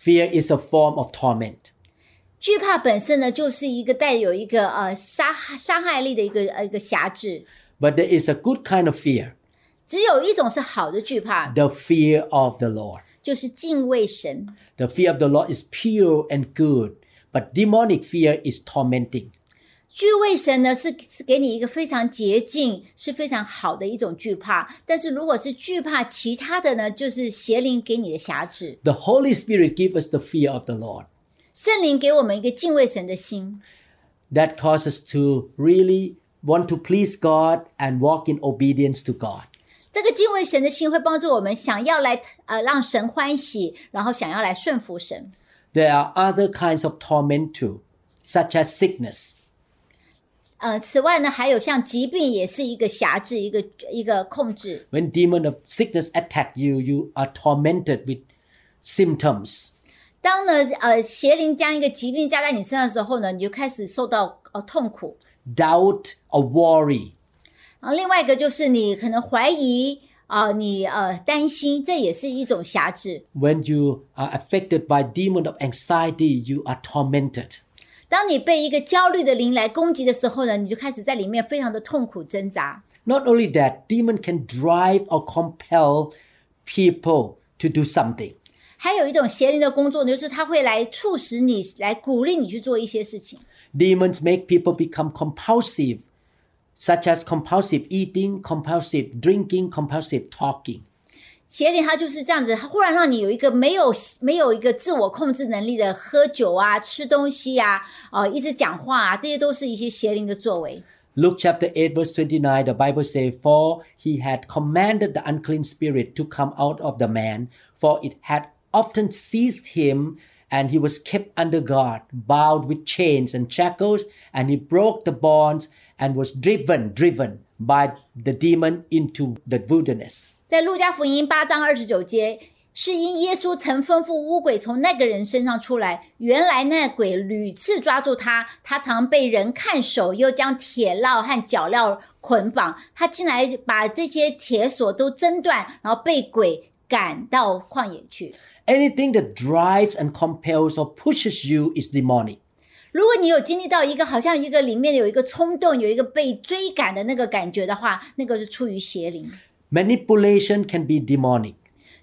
Speaker 1: Fear is a form of torment.
Speaker 2: 惧怕本身呢，就是一个带有一个呃杀伤害力的一个呃一个辖制。
Speaker 1: But there is a good kind of fear,
Speaker 2: 只有一种是好的惧怕，
Speaker 1: the fear of the Lord.
Speaker 2: 就是敬畏神。
Speaker 1: The fear of the Lord is pure and good, but demonic fear is tormenting.
Speaker 2: 惧畏神呢，是是给你一个非常洁净、是非常好的一种惧怕。但是如果是惧怕其他的呢，就是邪灵给你的辖制。
Speaker 1: The Holy Spirit gives us the fear of the Lord
Speaker 2: 圣灵给我们一个敬畏神的心，
Speaker 1: that causes us to really want to please God and walk in obedience to God.
Speaker 2: 这个敬畏神的心会帮助我们想要来呃让神欢喜，然后想要来顺服神。
Speaker 1: There are other kinds of torment too, such as sickness.
Speaker 2: 呃，此外呢，还有像疾病也是一个辖制，一个一个控制。
Speaker 1: When demon of sickness attack you, you are tormented with symptoms.
Speaker 2: 当呢呃邪灵将一个疾病加在你身上的时候呢，你就开始受到呃痛苦。
Speaker 1: doubt or worry.
Speaker 2: 然后另外一个就是你可能怀疑啊、呃你呃担心，这也是一种瑕制。
Speaker 1: When you are affected by demon of anxiety, you are tormented.
Speaker 2: 当你被一个焦虑的灵来攻击的时候呢，你就开始在里面非常的痛苦挣扎。
Speaker 1: Not only that, demon can drive or compel people to do something.
Speaker 2: 还有一种邪灵的工作呢，就是它会来促使你，来鼓励你去做一些事情。
Speaker 1: Demons make people become compulsive, such as compulsive eating, compulsive drinking, compulsive talking.
Speaker 2: 邪灵它就是这样子，它忽然让你有一个没有没有一个自我控制能力的喝酒啊、吃东西啊、呃一直讲话啊，这些都是一些邪灵的作为。
Speaker 1: Luke chapter 8 verse 29 the Bible says for he had commanded the unclean spirit to come out of the man for it had often seized him and he was kept under guard bound with chains and shackles and he broke the bonds and was driven driven by the demon into the wilderness
Speaker 2: 在路加福音八章二十九节，是因耶稣曾吩咐乌鬼从那个人身上出来，原来那鬼屡次抓住他，他常被人看守，又将铁镐和脚镣捆绑，他进来把这些铁索都挣断，然后被鬼赶到旷野去。
Speaker 1: anything that drives and compels or pushes you is demonic
Speaker 2: 如果你有经历到一个好像一个里面有一个冲动，有一个被追赶的那个感觉的话，那个是出于邪灵。
Speaker 1: Manipulation can be demonic.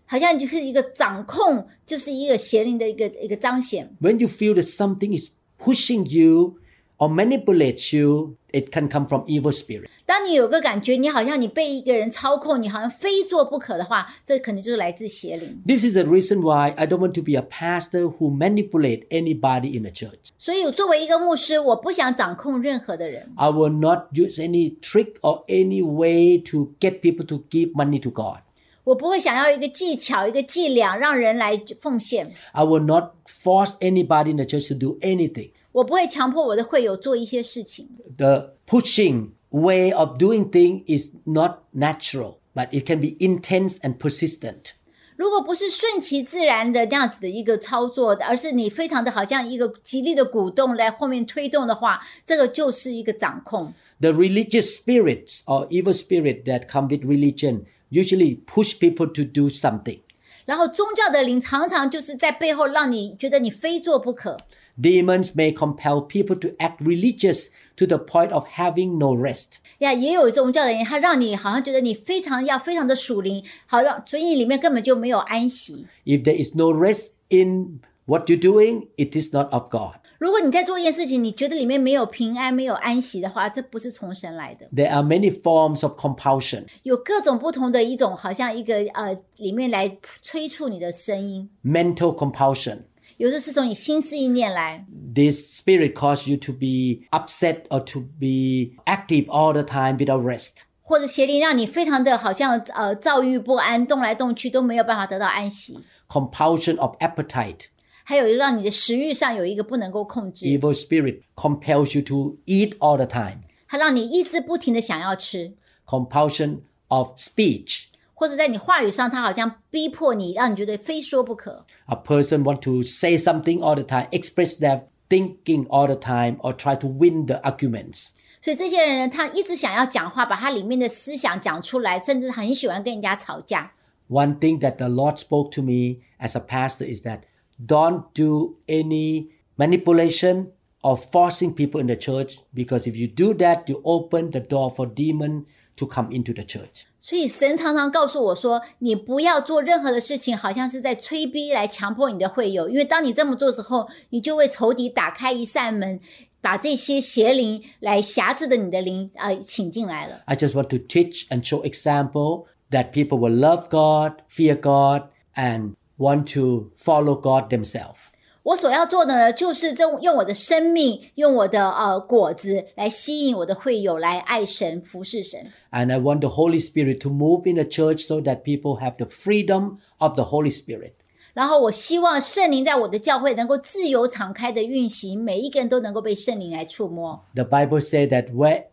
Speaker 2: 好像就是一个掌控，就是一个邪灵的一个一个彰显。
Speaker 1: When you feel that something is pushing you or manipulates you, it can come from evil spirit.
Speaker 2: 当你有个感觉，你好像你被一个人操控，你好像非做不可的话，这可能就是来自邪灵。
Speaker 1: This is the reason why I don't want to be a pastor who manipulate anybody in the church.
Speaker 2: 所以，作为一个牧师，我不想掌控任何的人，
Speaker 1: I will not use any trick or any way to get people to give money to God.
Speaker 2: 我不会想要一个技巧、一个伎俩让人来奉献，
Speaker 1: I will not force anybody in the church to do anything.
Speaker 2: 我不会强迫我的会友做一些事情。
Speaker 1: The pushing way of doing things is not natural, but it can be intense and persistent.
Speaker 2: 如果不是顺其自然的这样子的一个操作，而是你非常的好像一个极力的鼓动在后面推动的话，这个就是一个掌控。
Speaker 1: The religious spirits or evil spirit that come with religion usually push people to do something.
Speaker 2: 然后宗教的灵常常就是在背后让你觉得你非做不可。
Speaker 1: Demons may compel people to act religious to the point of having no rest.
Speaker 2: 呀，也有宗教的人，他让你好像觉得你非常要非常的属灵，好让所以里面根本就没有安息。
Speaker 1: If there is no rest in what you're doing, it is not of God.
Speaker 2: 如果你在做一件事情，你觉得里面没有平安、没有安息的话，这不是从神来的。
Speaker 1: There are many forms of compulsion.
Speaker 2: 有各种不同的一种，好像一个呃，里面来催促你的声音，
Speaker 1: mental compulsion.
Speaker 2: 有的是从你心思意念来，
Speaker 1: This spirit causes you to be upset or to be active all the time without rest.
Speaker 2: 或者邪灵让你非常的好像呃躁郁不安，动来动去都没有办法得到安息，
Speaker 1: Compulsion of appetite.
Speaker 2: 还有让你的食欲上有一个不能够控制，
Speaker 1: Evil spirit compels you to eat all the time.
Speaker 2: 它让你一直不停的想要吃，
Speaker 1: Compulsion of speech.
Speaker 2: 或者在你话语上，它好像逼迫你，让你觉得非说不可。
Speaker 1: A person want to say something all the time, express their thinking all the time, or try to win the arguments.
Speaker 2: 所以这些人呢，他一直想要讲话，把他里面的思想讲出来，甚至很喜欢跟人家吵架。
Speaker 1: One thing that the Lord spoke to me as a pastor is that don't do any manipulation or forcing people in the church because if you do that, you open the door for demon to come into the church.
Speaker 2: 所以神常常告诉我说，你不要做任何的事情，好像是在催逼来强迫你的会友，因为当你这么做之后，你就为仇敌打开一扇门，把这些邪灵来辖制的你的灵呃请进来了。
Speaker 1: I just want to teach and show example that people will love God, fear God, and want to follow God themselves.
Speaker 2: 我所要做的呢，就是用用我的生命，用我的呃果子来吸引我的会友来爱神、服侍神。
Speaker 1: And I want the Holy Spirit to move in the church so that people have the freedom of the Holy Spirit.
Speaker 2: 然后我希望圣灵在我的教会能够自由敞开的运行，每一个人都能够被圣灵来触摸。
Speaker 1: The Bible says that where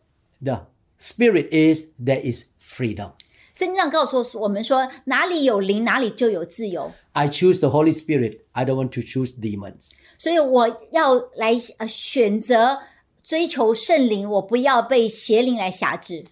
Speaker 1: the Spirit is, there is freedom.
Speaker 2: 圣经上告诉我们说，哪里有灵，哪里就有自由。
Speaker 1: I choose the Holy Spirit. I don't want to choose demons.
Speaker 2: 所以我要来呃选择追求圣灵，我不要被邪灵来辖制。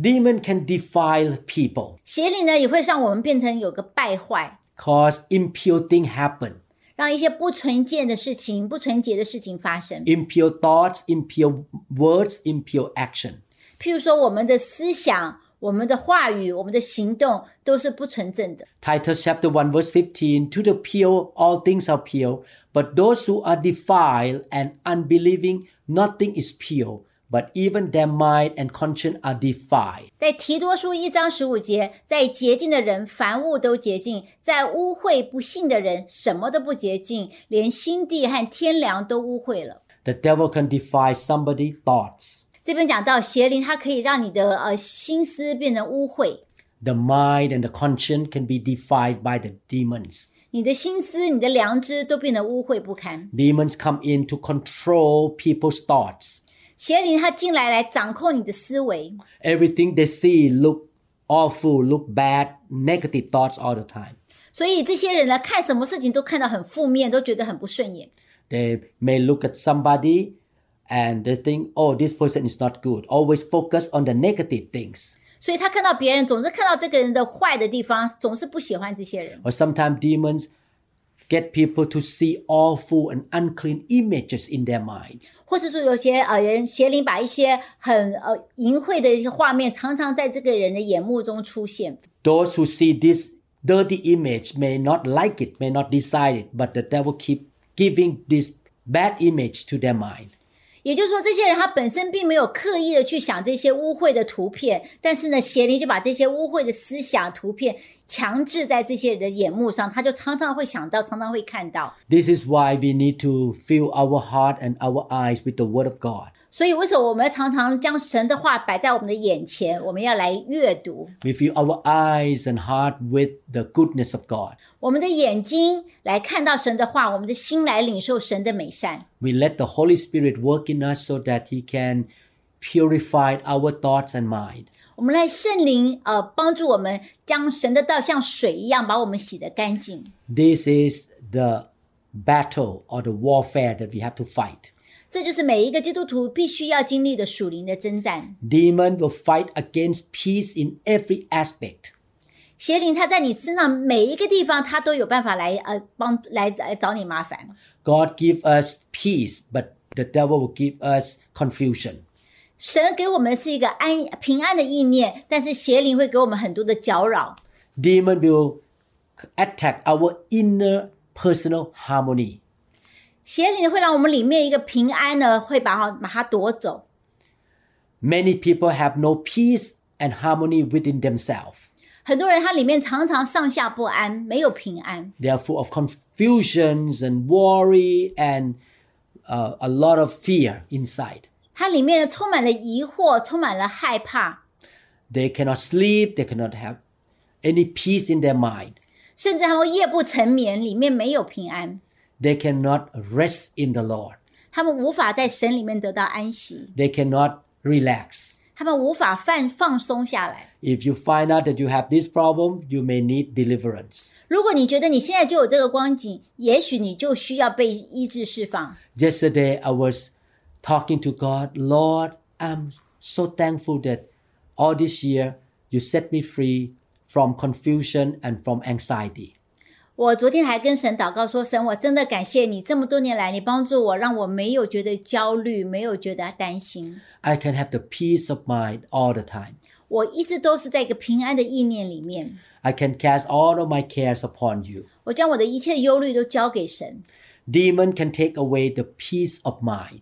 Speaker 1: Demon can defile people,
Speaker 2: 邪灵呢也会让我们变成有个败坏，
Speaker 1: cause impure thing happen.
Speaker 2: 让一些不纯洁的事情、不纯洁的事情发生。
Speaker 1: Impure thoughts, impure words, impure action.
Speaker 2: 譬如说，我们的思想、我们的话语、我们的行动都是不纯正的。
Speaker 1: Titus chapter 1 verse 15, to the pure all things are pure, but those who are defiled and unbelieving, nothing is pure, but even their mind and conscience are defiled.
Speaker 2: 在提多书一章十五节，在洁净的人，凡物都洁净；在污秽不信的人，什么都不洁净，连心地和天良都污秽了。
Speaker 1: The devil can defile somebody's thoughts,
Speaker 2: 这边讲到邪灵，它可以让你的呃心思变成污秽，
Speaker 1: the mind and the conscience can be defiled by the demons.
Speaker 2: 你的心思、你的良知都变得污秽不堪。
Speaker 1: Demons come in to control people's thoughts.
Speaker 2: 邪灵它进来来掌控你的思维，
Speaker 1: Everything they see look awful, look bad, negative thoughts all the time.
Speaker 2: 所以这些人呢，看什么事情都看到很负面，都觉得很不顺眼。
Speaker 1: They may look at somebody and they think, oh, this person is not good. Always focus on the negative things.
Speaker 2: 所以他看到别人，总是看到这个人的坏的地方，总是不喜欢这些人。
Speaker 1: Or sometimes demons get people to see awful and unclean images in their minds.
Speaker 2: 或者说有些呃人邪灵把一些很呃淫秽的一些画面，常常在这个人的眼目中出现。
Speaker 1: Those who see this dirty image may not like it, may not decide it, but the devil keep giving this bad image to their mind.
Speaker 2: 也就是说，这些人他本身并没有刻意的去想这些污秽的图片，但是呢，邪灵就把这些污秽的思想图片强制在这些人的眼目上，他就常常会想到，常常会看到。
Speaker 1: This is why we need to fill our heart and our eyes with the word of God.
Speaker 2: 所以，为什么我们常常将神的话摆在我们的眼前？我们要来阅读，
Speaker 1: We fill our eyes and heart with the goodness of God.
Speaker 2: 我们的眼睛来看到神的话，我们的心来领受神的美善。
Speaker 1: We let the Holy Spirit work in us so that He can purify our thoughts and mind.
Speaker 2: 我们来圣灵呃帮助我们将神的道像水一样把我们洗得干净。
Speaker 1: This is the battle or the warfare that we have to fight.
Speaker 2: 这就是每一个基督徒必须要经历的属灵的征战。
Speaker 1: Demon will fight against peace in every aspect.
Speaker 2: 邪灵他在你身上每一个地方，他都有办法来呃帮来来找你麻烦。
Speaker 1: God give us peace, but the devil will give us confusion.
Speaker 2: 神给我们是一个安平安的意念，但是邪灵会给我们很多的搅扰。
Speaker 1: Demon will attack our inner personal harmony.
Speaker 2: 邪灵会让我们里面一个平安呢，会把它把它夺走。
Speaker 1: Many people have no peace and harmony within themselves.
Speaker 2: 很多人他里面常常上下不安，没有平安，
Speaker 1: They are full of confusions and worry and uh, a lot of fear inside.
Speaker 2: 他里面充满了疑惑，充满了害怕，
Speaker 1: They cannot sleep. They cannot have any peace in their mind.
Speaker 2: 甚至他会夜不成眠，里面没有平安，
Speaker 1: They cannot rest in the Lord.
Speaker 2: 他们无法在神里面得到安息，
Speaker 1: They cannot relax.
Speaker 2: 他们无法放放松下来。
Speaker 1: If you find out that you have this problem, you may need deliverance.
Speaker 2: 如果你觉得你现在就有这个光景，也许你就需要被医治释放。
Speaker 1: Yesterday, I was talking to God, Lord, I'm so thankful that all this year you set me free from confusion and from anxiety.
Speaker 2: 我昨天还跟神祷告说：“神，我真的感谢你，这么多年来你帮助我，让我没有觉得焦虑，没有觉得担心。
Speaker 1: I can have the peace of mind all the time.
Speaker 2: 我一直都是在一个平安的意念里面，
Speaker 1: I can cast all of my cares upon you.
Speaker 2: 我将我的一切忧虑都交给神。
Speaker 1: Demon can take away the peace of mind.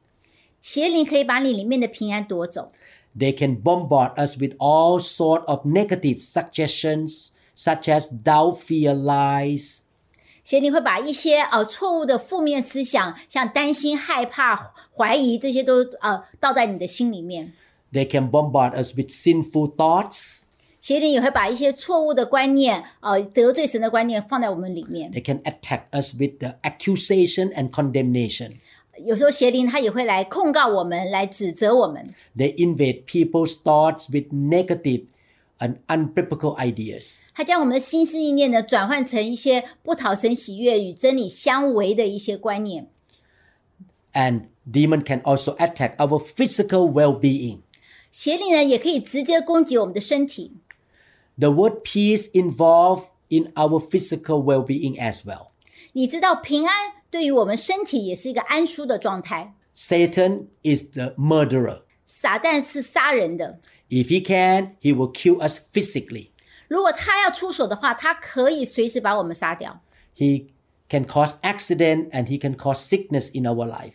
Speaker 2: 邪灵可以把你里面的平安夺走，
Speaker 1: They can bombard us with all sort of negative suggestions, such as doubt, fear, lies.
Speaker 2: 邪灵会把一些呃错误的负面思想，像担心、害怕、怀疑这些都呃倒在你的心里面。
Speaker 1: They can bombard us with sinful thoughts.
Speaker 2: 邪灵也会把一些错误的观念，呃，得罪神的观念放在我们里面。
Speaker 1: They can attack us with the accusation and condemnation.
Speaker 2: 有时候邪灵他也会来控告我们，来指责我们。
Speaker 1: They invade people's thoughts with negative and unbiblical ideas.
Speaker 2: 他将我们的心思意念呢，转换成一些不讨神喜悦与真理相违的一些观念。
Speaker 1: And demon can also attack our physical well-being.
Speaker 2: 邪灵呢，也可以直接攻击我们的身体。
Speaker 1: The word peace involved in our physical well-being as well.
Speaker 2: 你知道，平安对于我们身体也是一个安舒的状态。
Speaker 1: Satan is the murderer.
Speaker 2: 撒旦是杀人的，
Speaker 1: If he can, he will kill us physically.
Speaker 2: 如果他要出手的话，他可以随时把我们杀掉。
Speaker 1: He can cause accident and he can cause sickness in our life.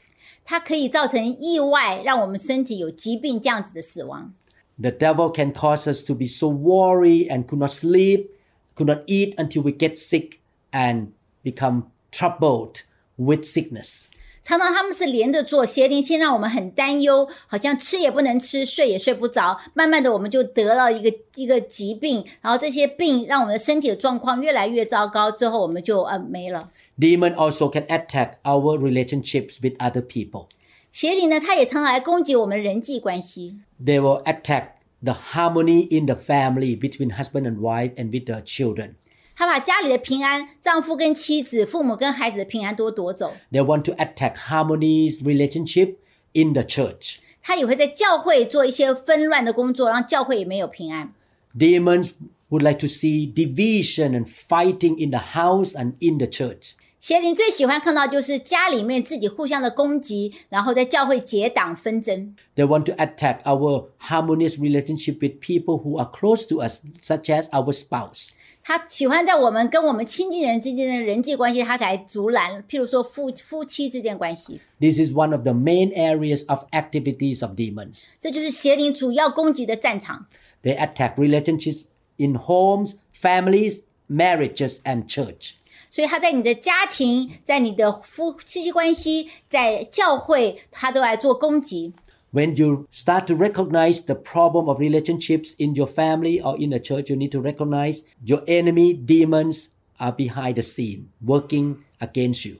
Speaker 2: 它可以造成意外，让我们身体有疾病这样子的死亡。
Speaker 1: The devil can cause us to be so worried and could not sleep, could not eat until we get sick and become troubled with sickness.
Speaker 2: 常常他们是连着做，邪灵先让我们很担忧，好像吃也不能吃，睡也睡不着，慢慢的我们就得了一个一个疾病，然后这些病让我们的身体的状况越来越糟糕，之后我们就呃没了。
Speaker 1: Demon also can attack our relationships with other people.
Speaker 2: 邪灵呢，它也常常来攻击我们人际关系，
Speaker 1: They will attack the harmony in the family between husband and wife and with the children.
Speaker 2: 它把家里的平安、丈夫跟妻子、父母跟孩子的平安都夺走，
Speaker 1: They want to attack harmonies relationship in the church.
Speaker 2: 它也会在教会做一些纷乱的工作，让教会也没有平安。
Speaker 1: Demons would like to see division and fighting in the house and in the church.
Speaker 2: 邪灵最喜欢看到就是家里面自己互相的攻击，然后在教会结党纷争。
Speaker 1: They want to attack our harmonious relationship with people who are close to us, such as our spouse.
Speaker 2: 他喜欢在我们跟我们亲近人之间的人际关系，他才阻拦，譬如说夫夫妻之间关系，
Speaker 1: This is one of the main areas of activities of demons.
Speaker 2: 这就是邪灵主要攻击的战场。
Speaker 1: They attack relationships in homes, families, marriages, and church.
Speaker 2: 所以他在你的家庭，在你的夫妻关系，在教会，他都来做攻击。
Speaker 1: When you start to recognize the problem of relationships in your family or in the church, you need to recognize your enemy, demons, are behind the scene working against you.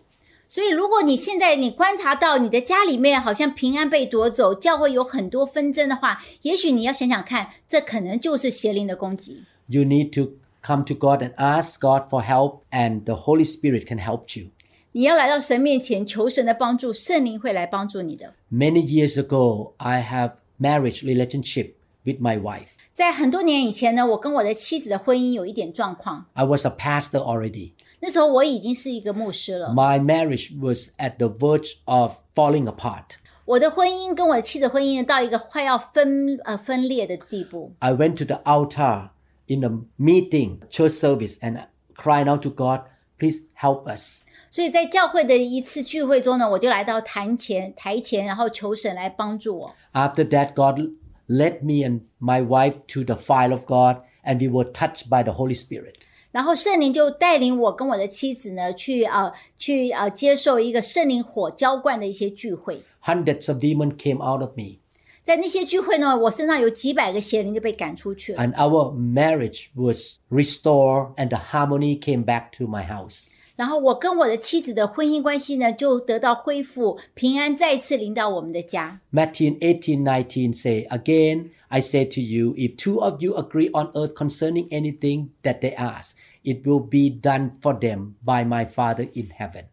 Speaker 2: 所以，如果你现在你观察到你的家里面好像平安被夺走，教会有很多纷争的话，也许你要想想看，这可能就是邪灵的攻击。
Speaker 1: You need to come to God and ask God for help, and the Holy Spirit can help you.
Speaker 2: 你要来到神面前求神的帮助，圣灵会来帮助你的。
Speaker 1: Many years ago, I have marriage relationship with my wife.
Speaker 2: 在很多年以前呢，我跟我的妻子的婚姻有一点状况。
Speaker 1: I was a pastor already.
Speaker 2: 那时候我已经是一个牧师了，
Speaker 1: My marriage was at the verge of falling apart.
Speaker 2: 我的婚姻跟我的妻子婚姻到一个快要分呃分裂的地步。
Speaker 1: I went to the altar in a meeting, church service, and cried out to God, please help us.
Speaker 2: 所以在教会的一次聚会中呢，我就来到坛前台前，然后求神来帮助我。
Speaker 1: After that, God led me and my wife to the file of God, and we were touched by the Holy Spirit.
Speaker 2: 然后圣灵就带领我跟我的妻子呢，去呃去呃接受一个圣灵火浇灌的一些聚会。
Speaker 1: Hundreds of demons came out of me,
Speaker 2: 在那些聚会呢，我身上有几百个邪灵就被赶出去了，
Speaker 1: and our marriage was restored, and the harmony came back to my house.
Speaker 2: 然后我跟我的妻子的婚姻关系呢就得到恢复，平安再次临到我们的家。
Speaker 1: Matthew 18, 19 say, Again, I say to you, if two of you agree on earth concerning anything that they ask, it will be done for them by my Father in heaven.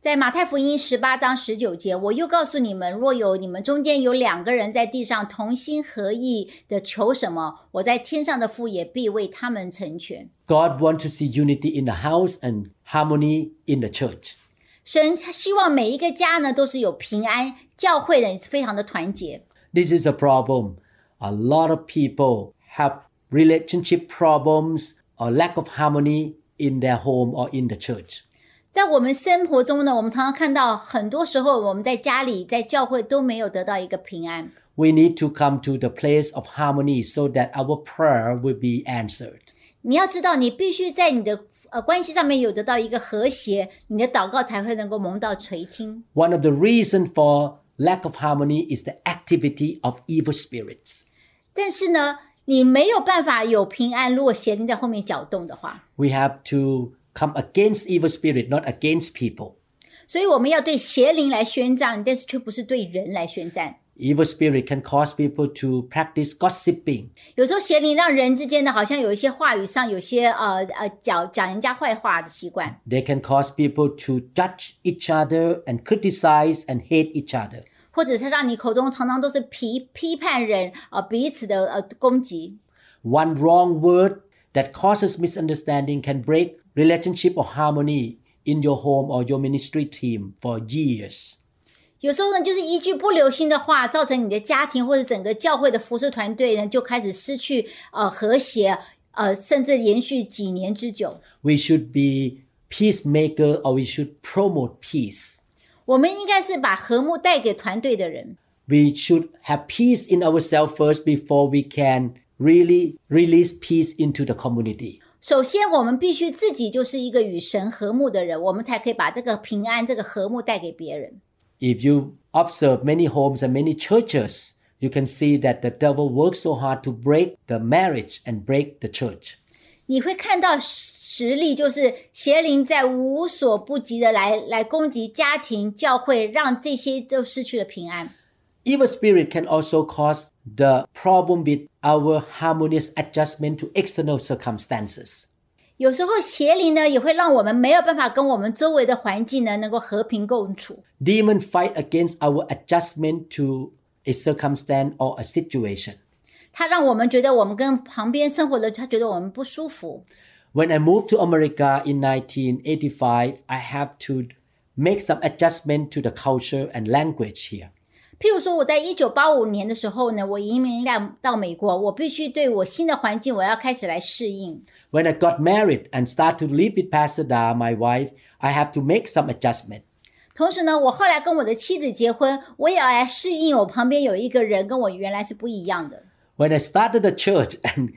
Speaker 2: 在马太福音十八章十九节，我又告诉你们，若有你们中间有两个人在地上同心合意的求什么，我在天上的父也必为他们成全。
Speaker 1: God wants to see unity in the house and harmony in the church.
Speaker 2: 神希望每一个家呢都是有平安，教会呢也是非常的团结。
Speaker 1: This is a problem. A lot of people have relationship problems or lack of harmony in their home or in the church.
Speaker 2: 在我们生活中呢，我们常常看到，很多时候我们在家里、在教会都没有得到一个平安。
Speaker 1: We need to come to the place of harmony so that our prayer will be answered.
Speaker 2: 你要知道，你必须在你的呃关系上面有得到一个和谐，你的祷告才会能够蒙到垂听。
Speaker 1: One of the reasons for lack of harmony is the activity of evil spirits.
Speaker 2: 但是呢，你没有办法有平安，如果邪灵在后面搅动的话，
Speaker 1: We have to come against evil spirit, not against people.
Speaker 2: 所以我们要对邪灵来宣战，但是却不是对人来宣战。
Speaker 1: Evil spirit can cause people to practice gossiping.
Speaker 2: 有时候邪灵让人之间呢，好像有一些话语上有些呃呃讲讲人家坏话的习惯，
Speaker 1: They can cause people to judge each other and criticize and hate each other.
Speaker 2: 或者是让你口中常常都是批批判人呃彼此的呃攻击。
Speaker 1: One wrong word that causes misunderstanding can break relationship or harmony in your home or your ministry team for years.
Speaker 2: 有时候呢，就是一句不留心的话，造成你的家庭或者整个教会的服侍团队呢，就开始失去呃和谐，呃，甚至延续几年之久。
Speaker 1: We should be peacemaker or we should promote peace.
Speaker 2: 我们应该是把和睦带给团队的人。
Speaker 1: we should have peace in ourselves first before we can really release peace into the community.
Speaker 2: 首先，我们必须自己就是一个与神和睦的人，我们才可以把这个平安、这个和睦带给别人。
Speaker 1: If you observe many homes and many churches, you can see that the devil works so hard to break the marriage and break the church.
Speaker 2: 你会看到实例，就是邪灵在无所不及的来来攻击家庭、教会，让这些都失去了平安。
Speaker 1: Evil spirit can also cause the problem with our harmonious adjustment to external circumstances.
Speaker 2: 有时候邪灵呢，也会让我们没有办法跟我们周围的环境呢能够和平共处。
Speaker 1: Demon fight against our adjustment to a circumstance or a situation.
Speaker 2: 它让我们觉得我们跟旁边生活的他觉得我们不舒服，
Speaker 1: When I moved to America in 1985, I have to make some adjustment to the culture and language here.
Speaker 2: 譬如说，我在一九八五年的时候呢，我移民到到美国，我必须对我新的环境，我要开始来适应。
Speaker 1: When I got married and started to live with Pastor Da, my wife, I have to make some adjustment.
Speaker 2: 同时呢，我后来跟我的妻子结婚，我也要来适应我旁边有一个人跟我原来是不一样的。
Speaker 1: When I started the church and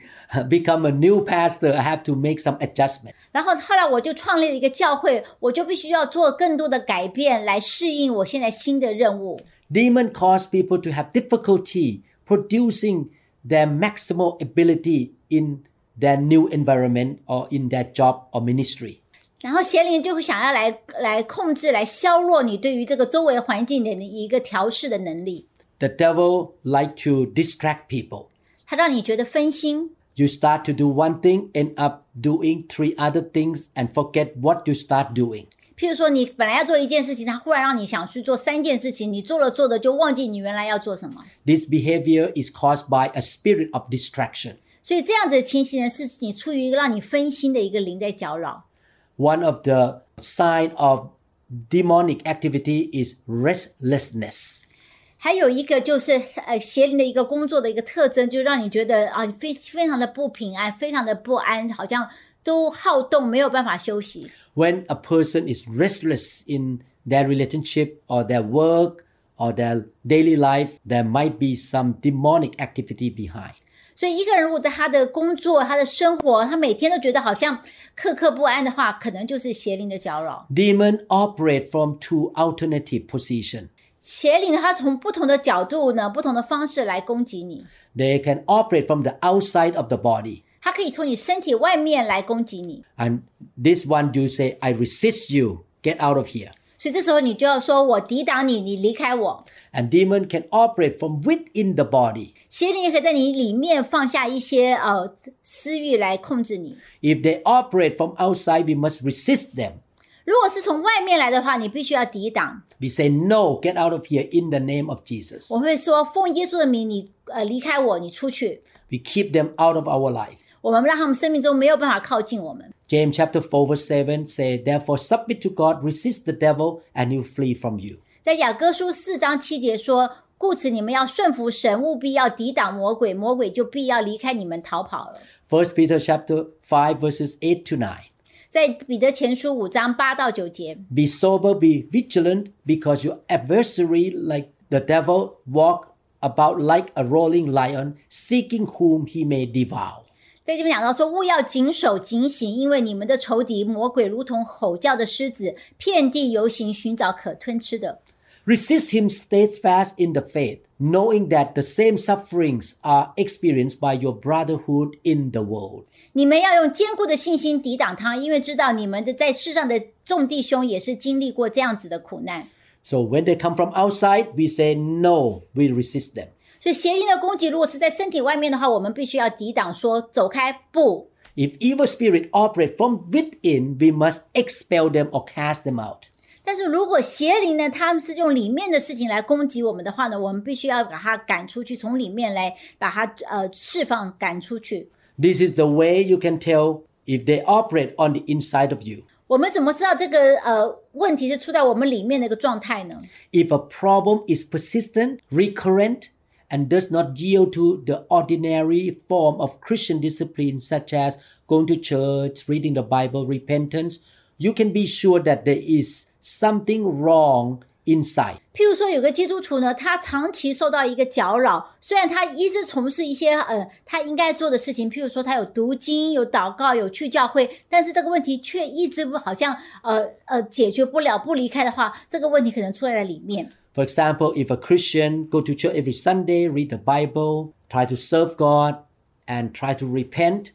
Speaker 1: become a new pastor, I have to make some adjustment.
Speaker 2: 然后后来我就创立了一个教会，我就必须要做更多的改变来适应我现在新的任务。
Speaker 1: Demon cause people to have difficulty producing their maximal ability in their new environment or in their job or ministry.
Speaker 2: 然后邪灵就会想要来来控制、来削弱你对于这个周围环境的一个调试的能力，
Speaker 1: The devil like to distract people.
Speaker 2: 它让你觉得分心，
Speaker 1: You start to do one thing, end up doing three other things, and forget what you start doing.
Speaker 2: 譬如说，你本来要做一件事情，它忽然让你想去做三件事情，你做了做的就忘记你原来要做什么。
Speaker 1: This behavior is caused by a spirit of distraction.
Speaker 2: 所以这样子的情形呢，是你处于一个让你分心的一个灵在搅扰。
Speaker 1: One of the sign of demonic activity is restlessness.
Speaker 2: 还有一个就是呃邪灵的一个工作的一个特征，就让你觉得啊非非常的不平安，非常的不安，好像都好动，没有办法休息。
Speaker 1: When a person is restless in their relationship or their work or their daily life, there might be some demonic activity behind.
Speaker 2: 所以一个人如果在他的工作、他的生活，他每天都觉得好像刻刻不安的话，可能就是邪灵的搅扰。
Speaker 1: Demon operate from two alternative position.
Speaker 2: 邪灵它从不同的角度呢、不同的方式来攻击你，
Speaker 1: They can operate from the outside of the body.
Speaker 2: 它可以从你身体外面来攻击你。
Speaker 1: And this one you say, I resist you, get out of here.
Speaker 2: 所以这时候你就要说：“我抵挡你，你离开我。
Speaker 1: And demon can operate from within the body. ”
Speaker 2: 邪灵也可以在你里面放下一些呃私欲来控制你。
Speaker 1: If they operate from outside, we must resist them.
Speaker 2: 如果是从外面来的话，你必须要抵挡。
Speaker 1: We say, No, get out of here in the name of Jesus.
Speaker 2: 我会说：“奉耶稣的名，你呃离开我，你出去。
Speaker 1: We keep them out of our life. ”
Speaker 2: 我们让他们生命中没有办法靠近我们。
Speaker 1: James chapter 4, verse 7 say, Therefore, submit to God, resist the devil, and he'll flee from you.
Speaker 2: 在雅各书四章七节说：“故此你们要顺服神，务必要抵挡魔鬼，魔鬼就必要离开你们逃跑了。
Speaker 1: First Peter chapter 5, verses 8 to 9. ”
Speaker 2: 在彼得前书五章八到九节，
Speaker 1: Be sober, be vigilant, because your adversary, like the devil, walk about like a rolling lion, seeking whom he may devour.
Speaker 2: 在这边讲到说，务要谨守警醒，因为你们的仇敌魔鬼如同吼叫的狮子，遍地游行，寻找可吞吃的。
Speaker 1: Resist him steadfast in the faith, knowing that the same sufferings are experienced by your brotherhood in the world.
Speaker 2: 你们要用坚固的信心抵挡他，因为知道你们的在世上的众弟兄也是经历过这样子的苦难。
Speaker 1: So when they come from outside, we say, No, we resist them.
Speaker 2: 所以邪灵的攻击，如果是在身体外面的话，我们必须要抵挡说，走开，不
Speaker 1: If evil spirit operate from within, we must expel them or cast them out.
Speaker 2: 但是如果邪灵呢，他们是用里面的事情来攻击我们的话呢，我们必须要把它赶出去，从里面来把它呃释放赶出去。
Speaker 1: This is the way you can tell if they operate on the inside of you.
Speaker 2: 我们怎么知道这个呃问题是出在我们里面的一个状态呢？
Speaker 1: If a problem is persistent, recurrent, and does not yield to the ordinary form of Christian discipline, such as going to church, reading the Bible, repentance, you can be sure that there is something wrong inside.
Speaker 2: 譬如说，有个基督徒呢，他长期受到一个搅扰，虽然他一直从事一些呃他应该做的事情，譬如说他有读经、有祷告、有去教会，但是这个问题却一直不好像呃呃解决不了，不离开的话，这个问题可能出在里面。
Speaker 1: For example, if a Christian go to church every Sunday, read the Bible, try to serve God, and try to repent,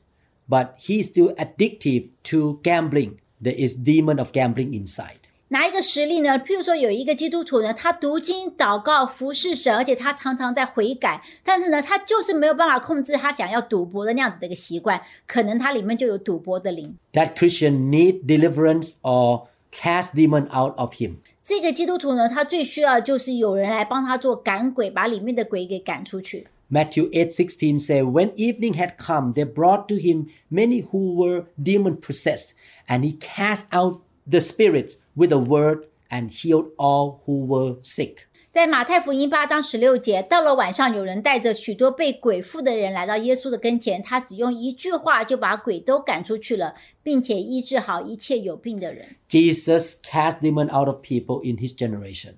Speaker 1: but he is still addictive to gambling, there is demon of gambling inside.
Speaker 2: 拿一个实例呢，譬如说有一个基督徒呢，他读经、祷告、服侍神，而且他常常在悔改，但是呢，他就是没有办法控制他想要赌博的那样子的一个习惯，可能他里面就有赌博的灵。
Speaker 1: that Christian need deliverance or cast demon out of him.
Speaker 2: 这个基督徒呢，他最需要就是有人来帮他做赶鬼，把里面的鬼给赶出去。
Speaker 1: Matthew 8:16 says, "When evening had come, they brought to him many who were demon possessed, and he cast out the spirits with a word and healed all who were sick."
Speaker 2: 在马太福音八章十六节，到了晚上，有人带着许多被鬼附的人来到耶稣的跟前，他只用一句话就把鬼都赶出去了，并且医治好一切有病的人。
Speaker 1: Jesus cast demon out of people in his generation.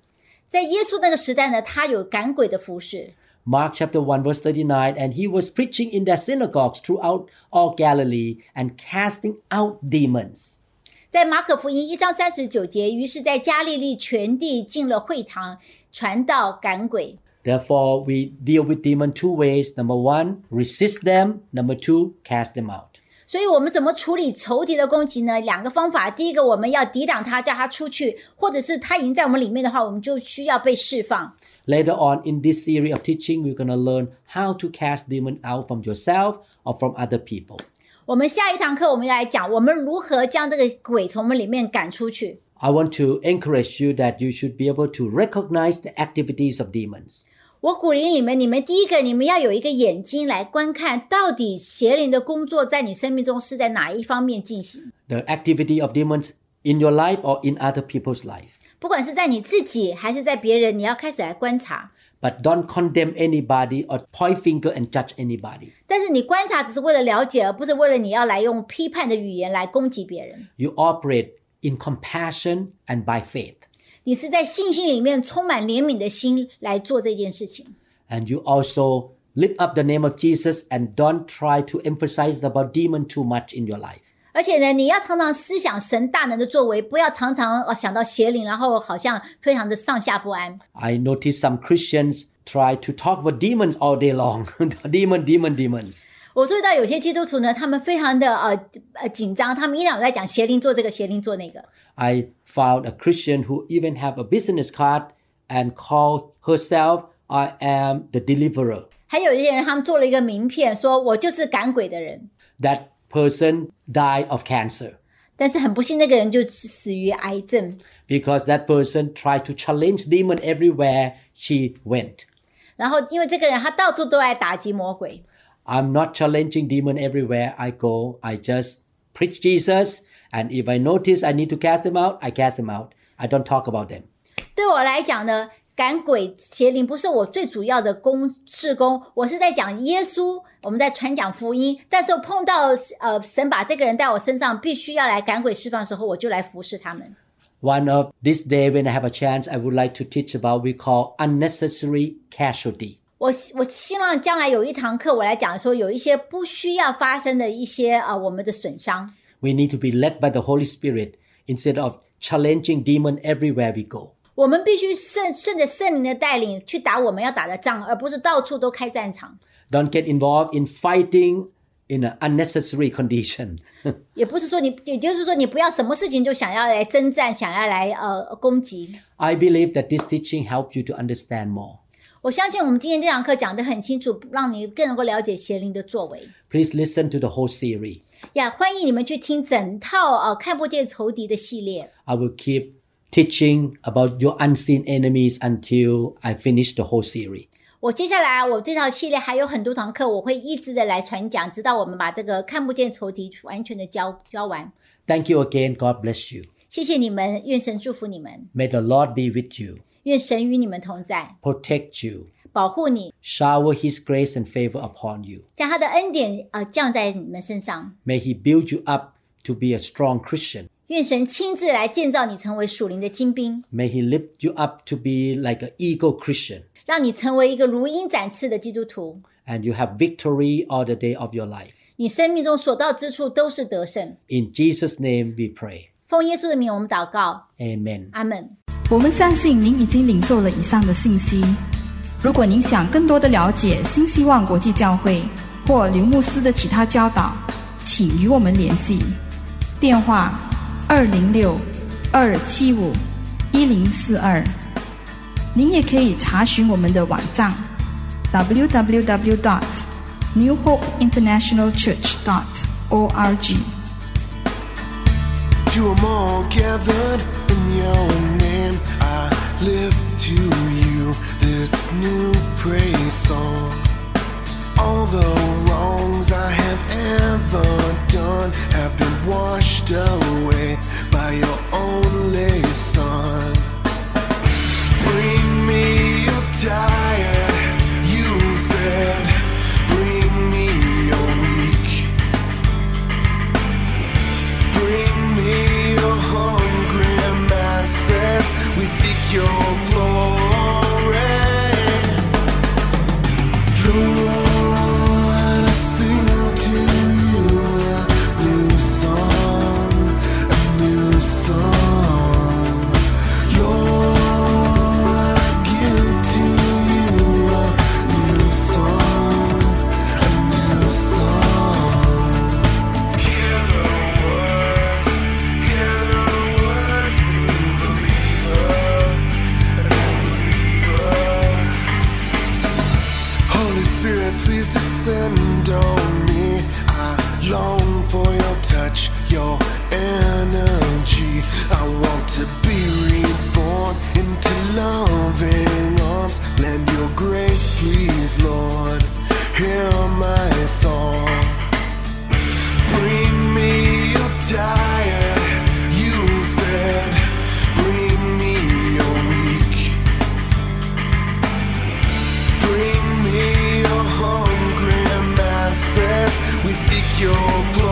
Speaker 2: 在耶稣那个时代呢，他有赶鬼的服饰。
Speaker 1: Mark chapter 1 verse 39 and he was preaching in their synagogues throughout all Galilee and casting out demons.
Speaker 2: 在马可福音一章三十九节，于是，在加利利全地进了会堂，传道赶鬼。
Speaker 1: Therefore we deal with demon two ways. Number 1, resist them. Number 2, cast them out.
Speaker 2: 所以，我们怎么处理仇敌的攻击呢？两个方法，第一个，我们要抵挡他，叫他出去，或者是他已经在我们里面的话，我们就需要被释放。
Speaker 1: Later on in this series of teaching we're going to learn how to cast demon out from yourself or from other people.
Speaker 2: 我们下一堂课，我们要来讲我们如何将这个鬼从我们里面赶出去。
Speaker 1: I want to encourage you that you should be able to recognize the activities of demons.
Speaker 2: 我鼓励你们，你们第一个，你们要有一个眼睛来观看，到底邪灵的工作在你生命中是在哪一方面进行。
Speaker 1: The activity of demons in your life or in other people's life.
Speaker 2: 不管是在你自己还是在别人，你要开始来观察。
Speaker 1: But don't condemn anybody or point finger and judge anybody.
Speaker 2: 但是你观察只是为了了解，而不是为了你要来用批判的语言来攻击别人。
Speaker 1: You operate in compassion and by faith.
Speaker 2: 你是在信心里面充满怜悯的心来做这件事情。
Speaker 1: And you also lift up the name of Jesus and don't try to emphasize about demon too much in your life.
Speaker 2: 而且呢，你要常常思想神大能的作为，不要常常哦想到邪灵，然后好像非常的上下不安。
Speaker 1: I notice some Christians try to talk about demons all day long. demon, demon, demons.
Speaker 2: 我注意到有些基督徒呢，他们非常的呃呃紧张，他们依然有在讲邪灵做这个，邪灵做那个。
Speaker 1: I found a Christian who even have a business card and called herself I am the deliverer.
Speaker 2: 还有一些人，他们做了一个名片，说我就是赶鬼的人，
Speaker 1: That person died of cancer.
Speaker 2: 但是很不幸，那个人就死于癌症。
Speaker 1: because that person tried to challenge demon everywhere she went.
Speaker 2: 然后因为这个人他到处都来打击魔鬼，
Speaker 1: I'm not challenging demon everywhere I go. I just preach Jesus, and if I notice I need to cast them out, I cast them out. I don't talk about them.
Speaker 2: 对我来讲呢，赶鬼邪灵不是我最主要的工事工，我是在讲耶稣，我们在传讲福音。但是我碰到呃神把这个人带我身上，必须要来赶鬼释放的时候，我就来服侍他们。
Speaker 1: One of this day when I have a chance, I would like to teach about we call unnecessary casualty.
Speaker 2: 我希我希望将来有一堂课，我来讲说有一些不需要发生的一些啊、呃我们的损伤。
Speaker 1: We need to be led by the Holy Spirit instead of challenging demon everywhere we go.
Speaker 2: 我们必须顺顺着圣灵的带领去打我们要打的仗，而不是到处都开战场，
Speaker 1: Don't get involved in fighting in an unnecessary condition.
Speaker 2: 也不是说你，也就是说你不要什么事情就想要来征战，想要来呃攻击。
Speaker 1: I believe that this teaching helps you to understand more.
Speaker 2: 我相信我们今天这堂课讲得很清楚，让你更能够了解邪灵的作为。
Speaker 1: Please listen to the whole series.
Speaker 2: 呀、欢迎你们去听整套呃看不见仇敌的系列。
Speaker 1: I will keep teaching about your unseen enemies until I finish the whole series.
Speaker 2: 我接下来啊我这套系列还有很多堂课，我会一直的来传讲，直到我们把这个看不见仇敌完全的教教完。
Speaker 1: Thank you again. God bless you.
Speaker 2: 谢谢你们，愿神祝福你们，
Speaker 1: May the Lord be with you,
Speaker 2: 愿神与你们同在，
Speaker 1: protect you,
Speaker 2: 保护你，
Speaker 1: shower His grace and favor upon you.
Speaker 2: 将他的恩典呃降在你们身上。
Speaker 1: May He build you up to be a strong Christian.
Speaker 2: 愿神亲自来建造你，成为属灵的精兵，
Speaker 1: May He lift you up to be like an eagle Christian
Speaker 2: 让你成为一个如鹰展翅的基督徒。
Speaker 1: and you have victory all the day of your life.
Speaker 2: 你生命中所到之处都是得胜。
Speaker 1: In Jesus' name we pray.
Speaker 2: 奉耶稣的名，我们祷告，
Speaker 1: Amen.
Speaker 2: 阿门。
Speaker 3: 我们相信您已经领受了以上的信息。如果您想更多的了解新希望国际教会或刘牧师的其他教导，请与我们联系，电话二零六二七五一零四二。您也可以查询我们的网站 www.dot new hope international church dot org。
Speaker 4: to 'em all gathered in your name. I lift to you this new praise song. all the wrongs I have ever done have been washed away by your only son. Bring me your diet, you said. Bring me your weak. Bring me your hungry masses. We seek your glory. Lord, I sing to you a new song, a new song. Lord, I give to you a new song, a new song. Hear the words, hear the words of a new believer, a new believer. Holy Spirit, please descend on me. I long for your touch, your energy. I want to be reborn into loving arms. Lend your grace, please, Lord. Hear my song. Bring me your diet, you said. Bring me your weak. Bring me your hungry masses. We seek your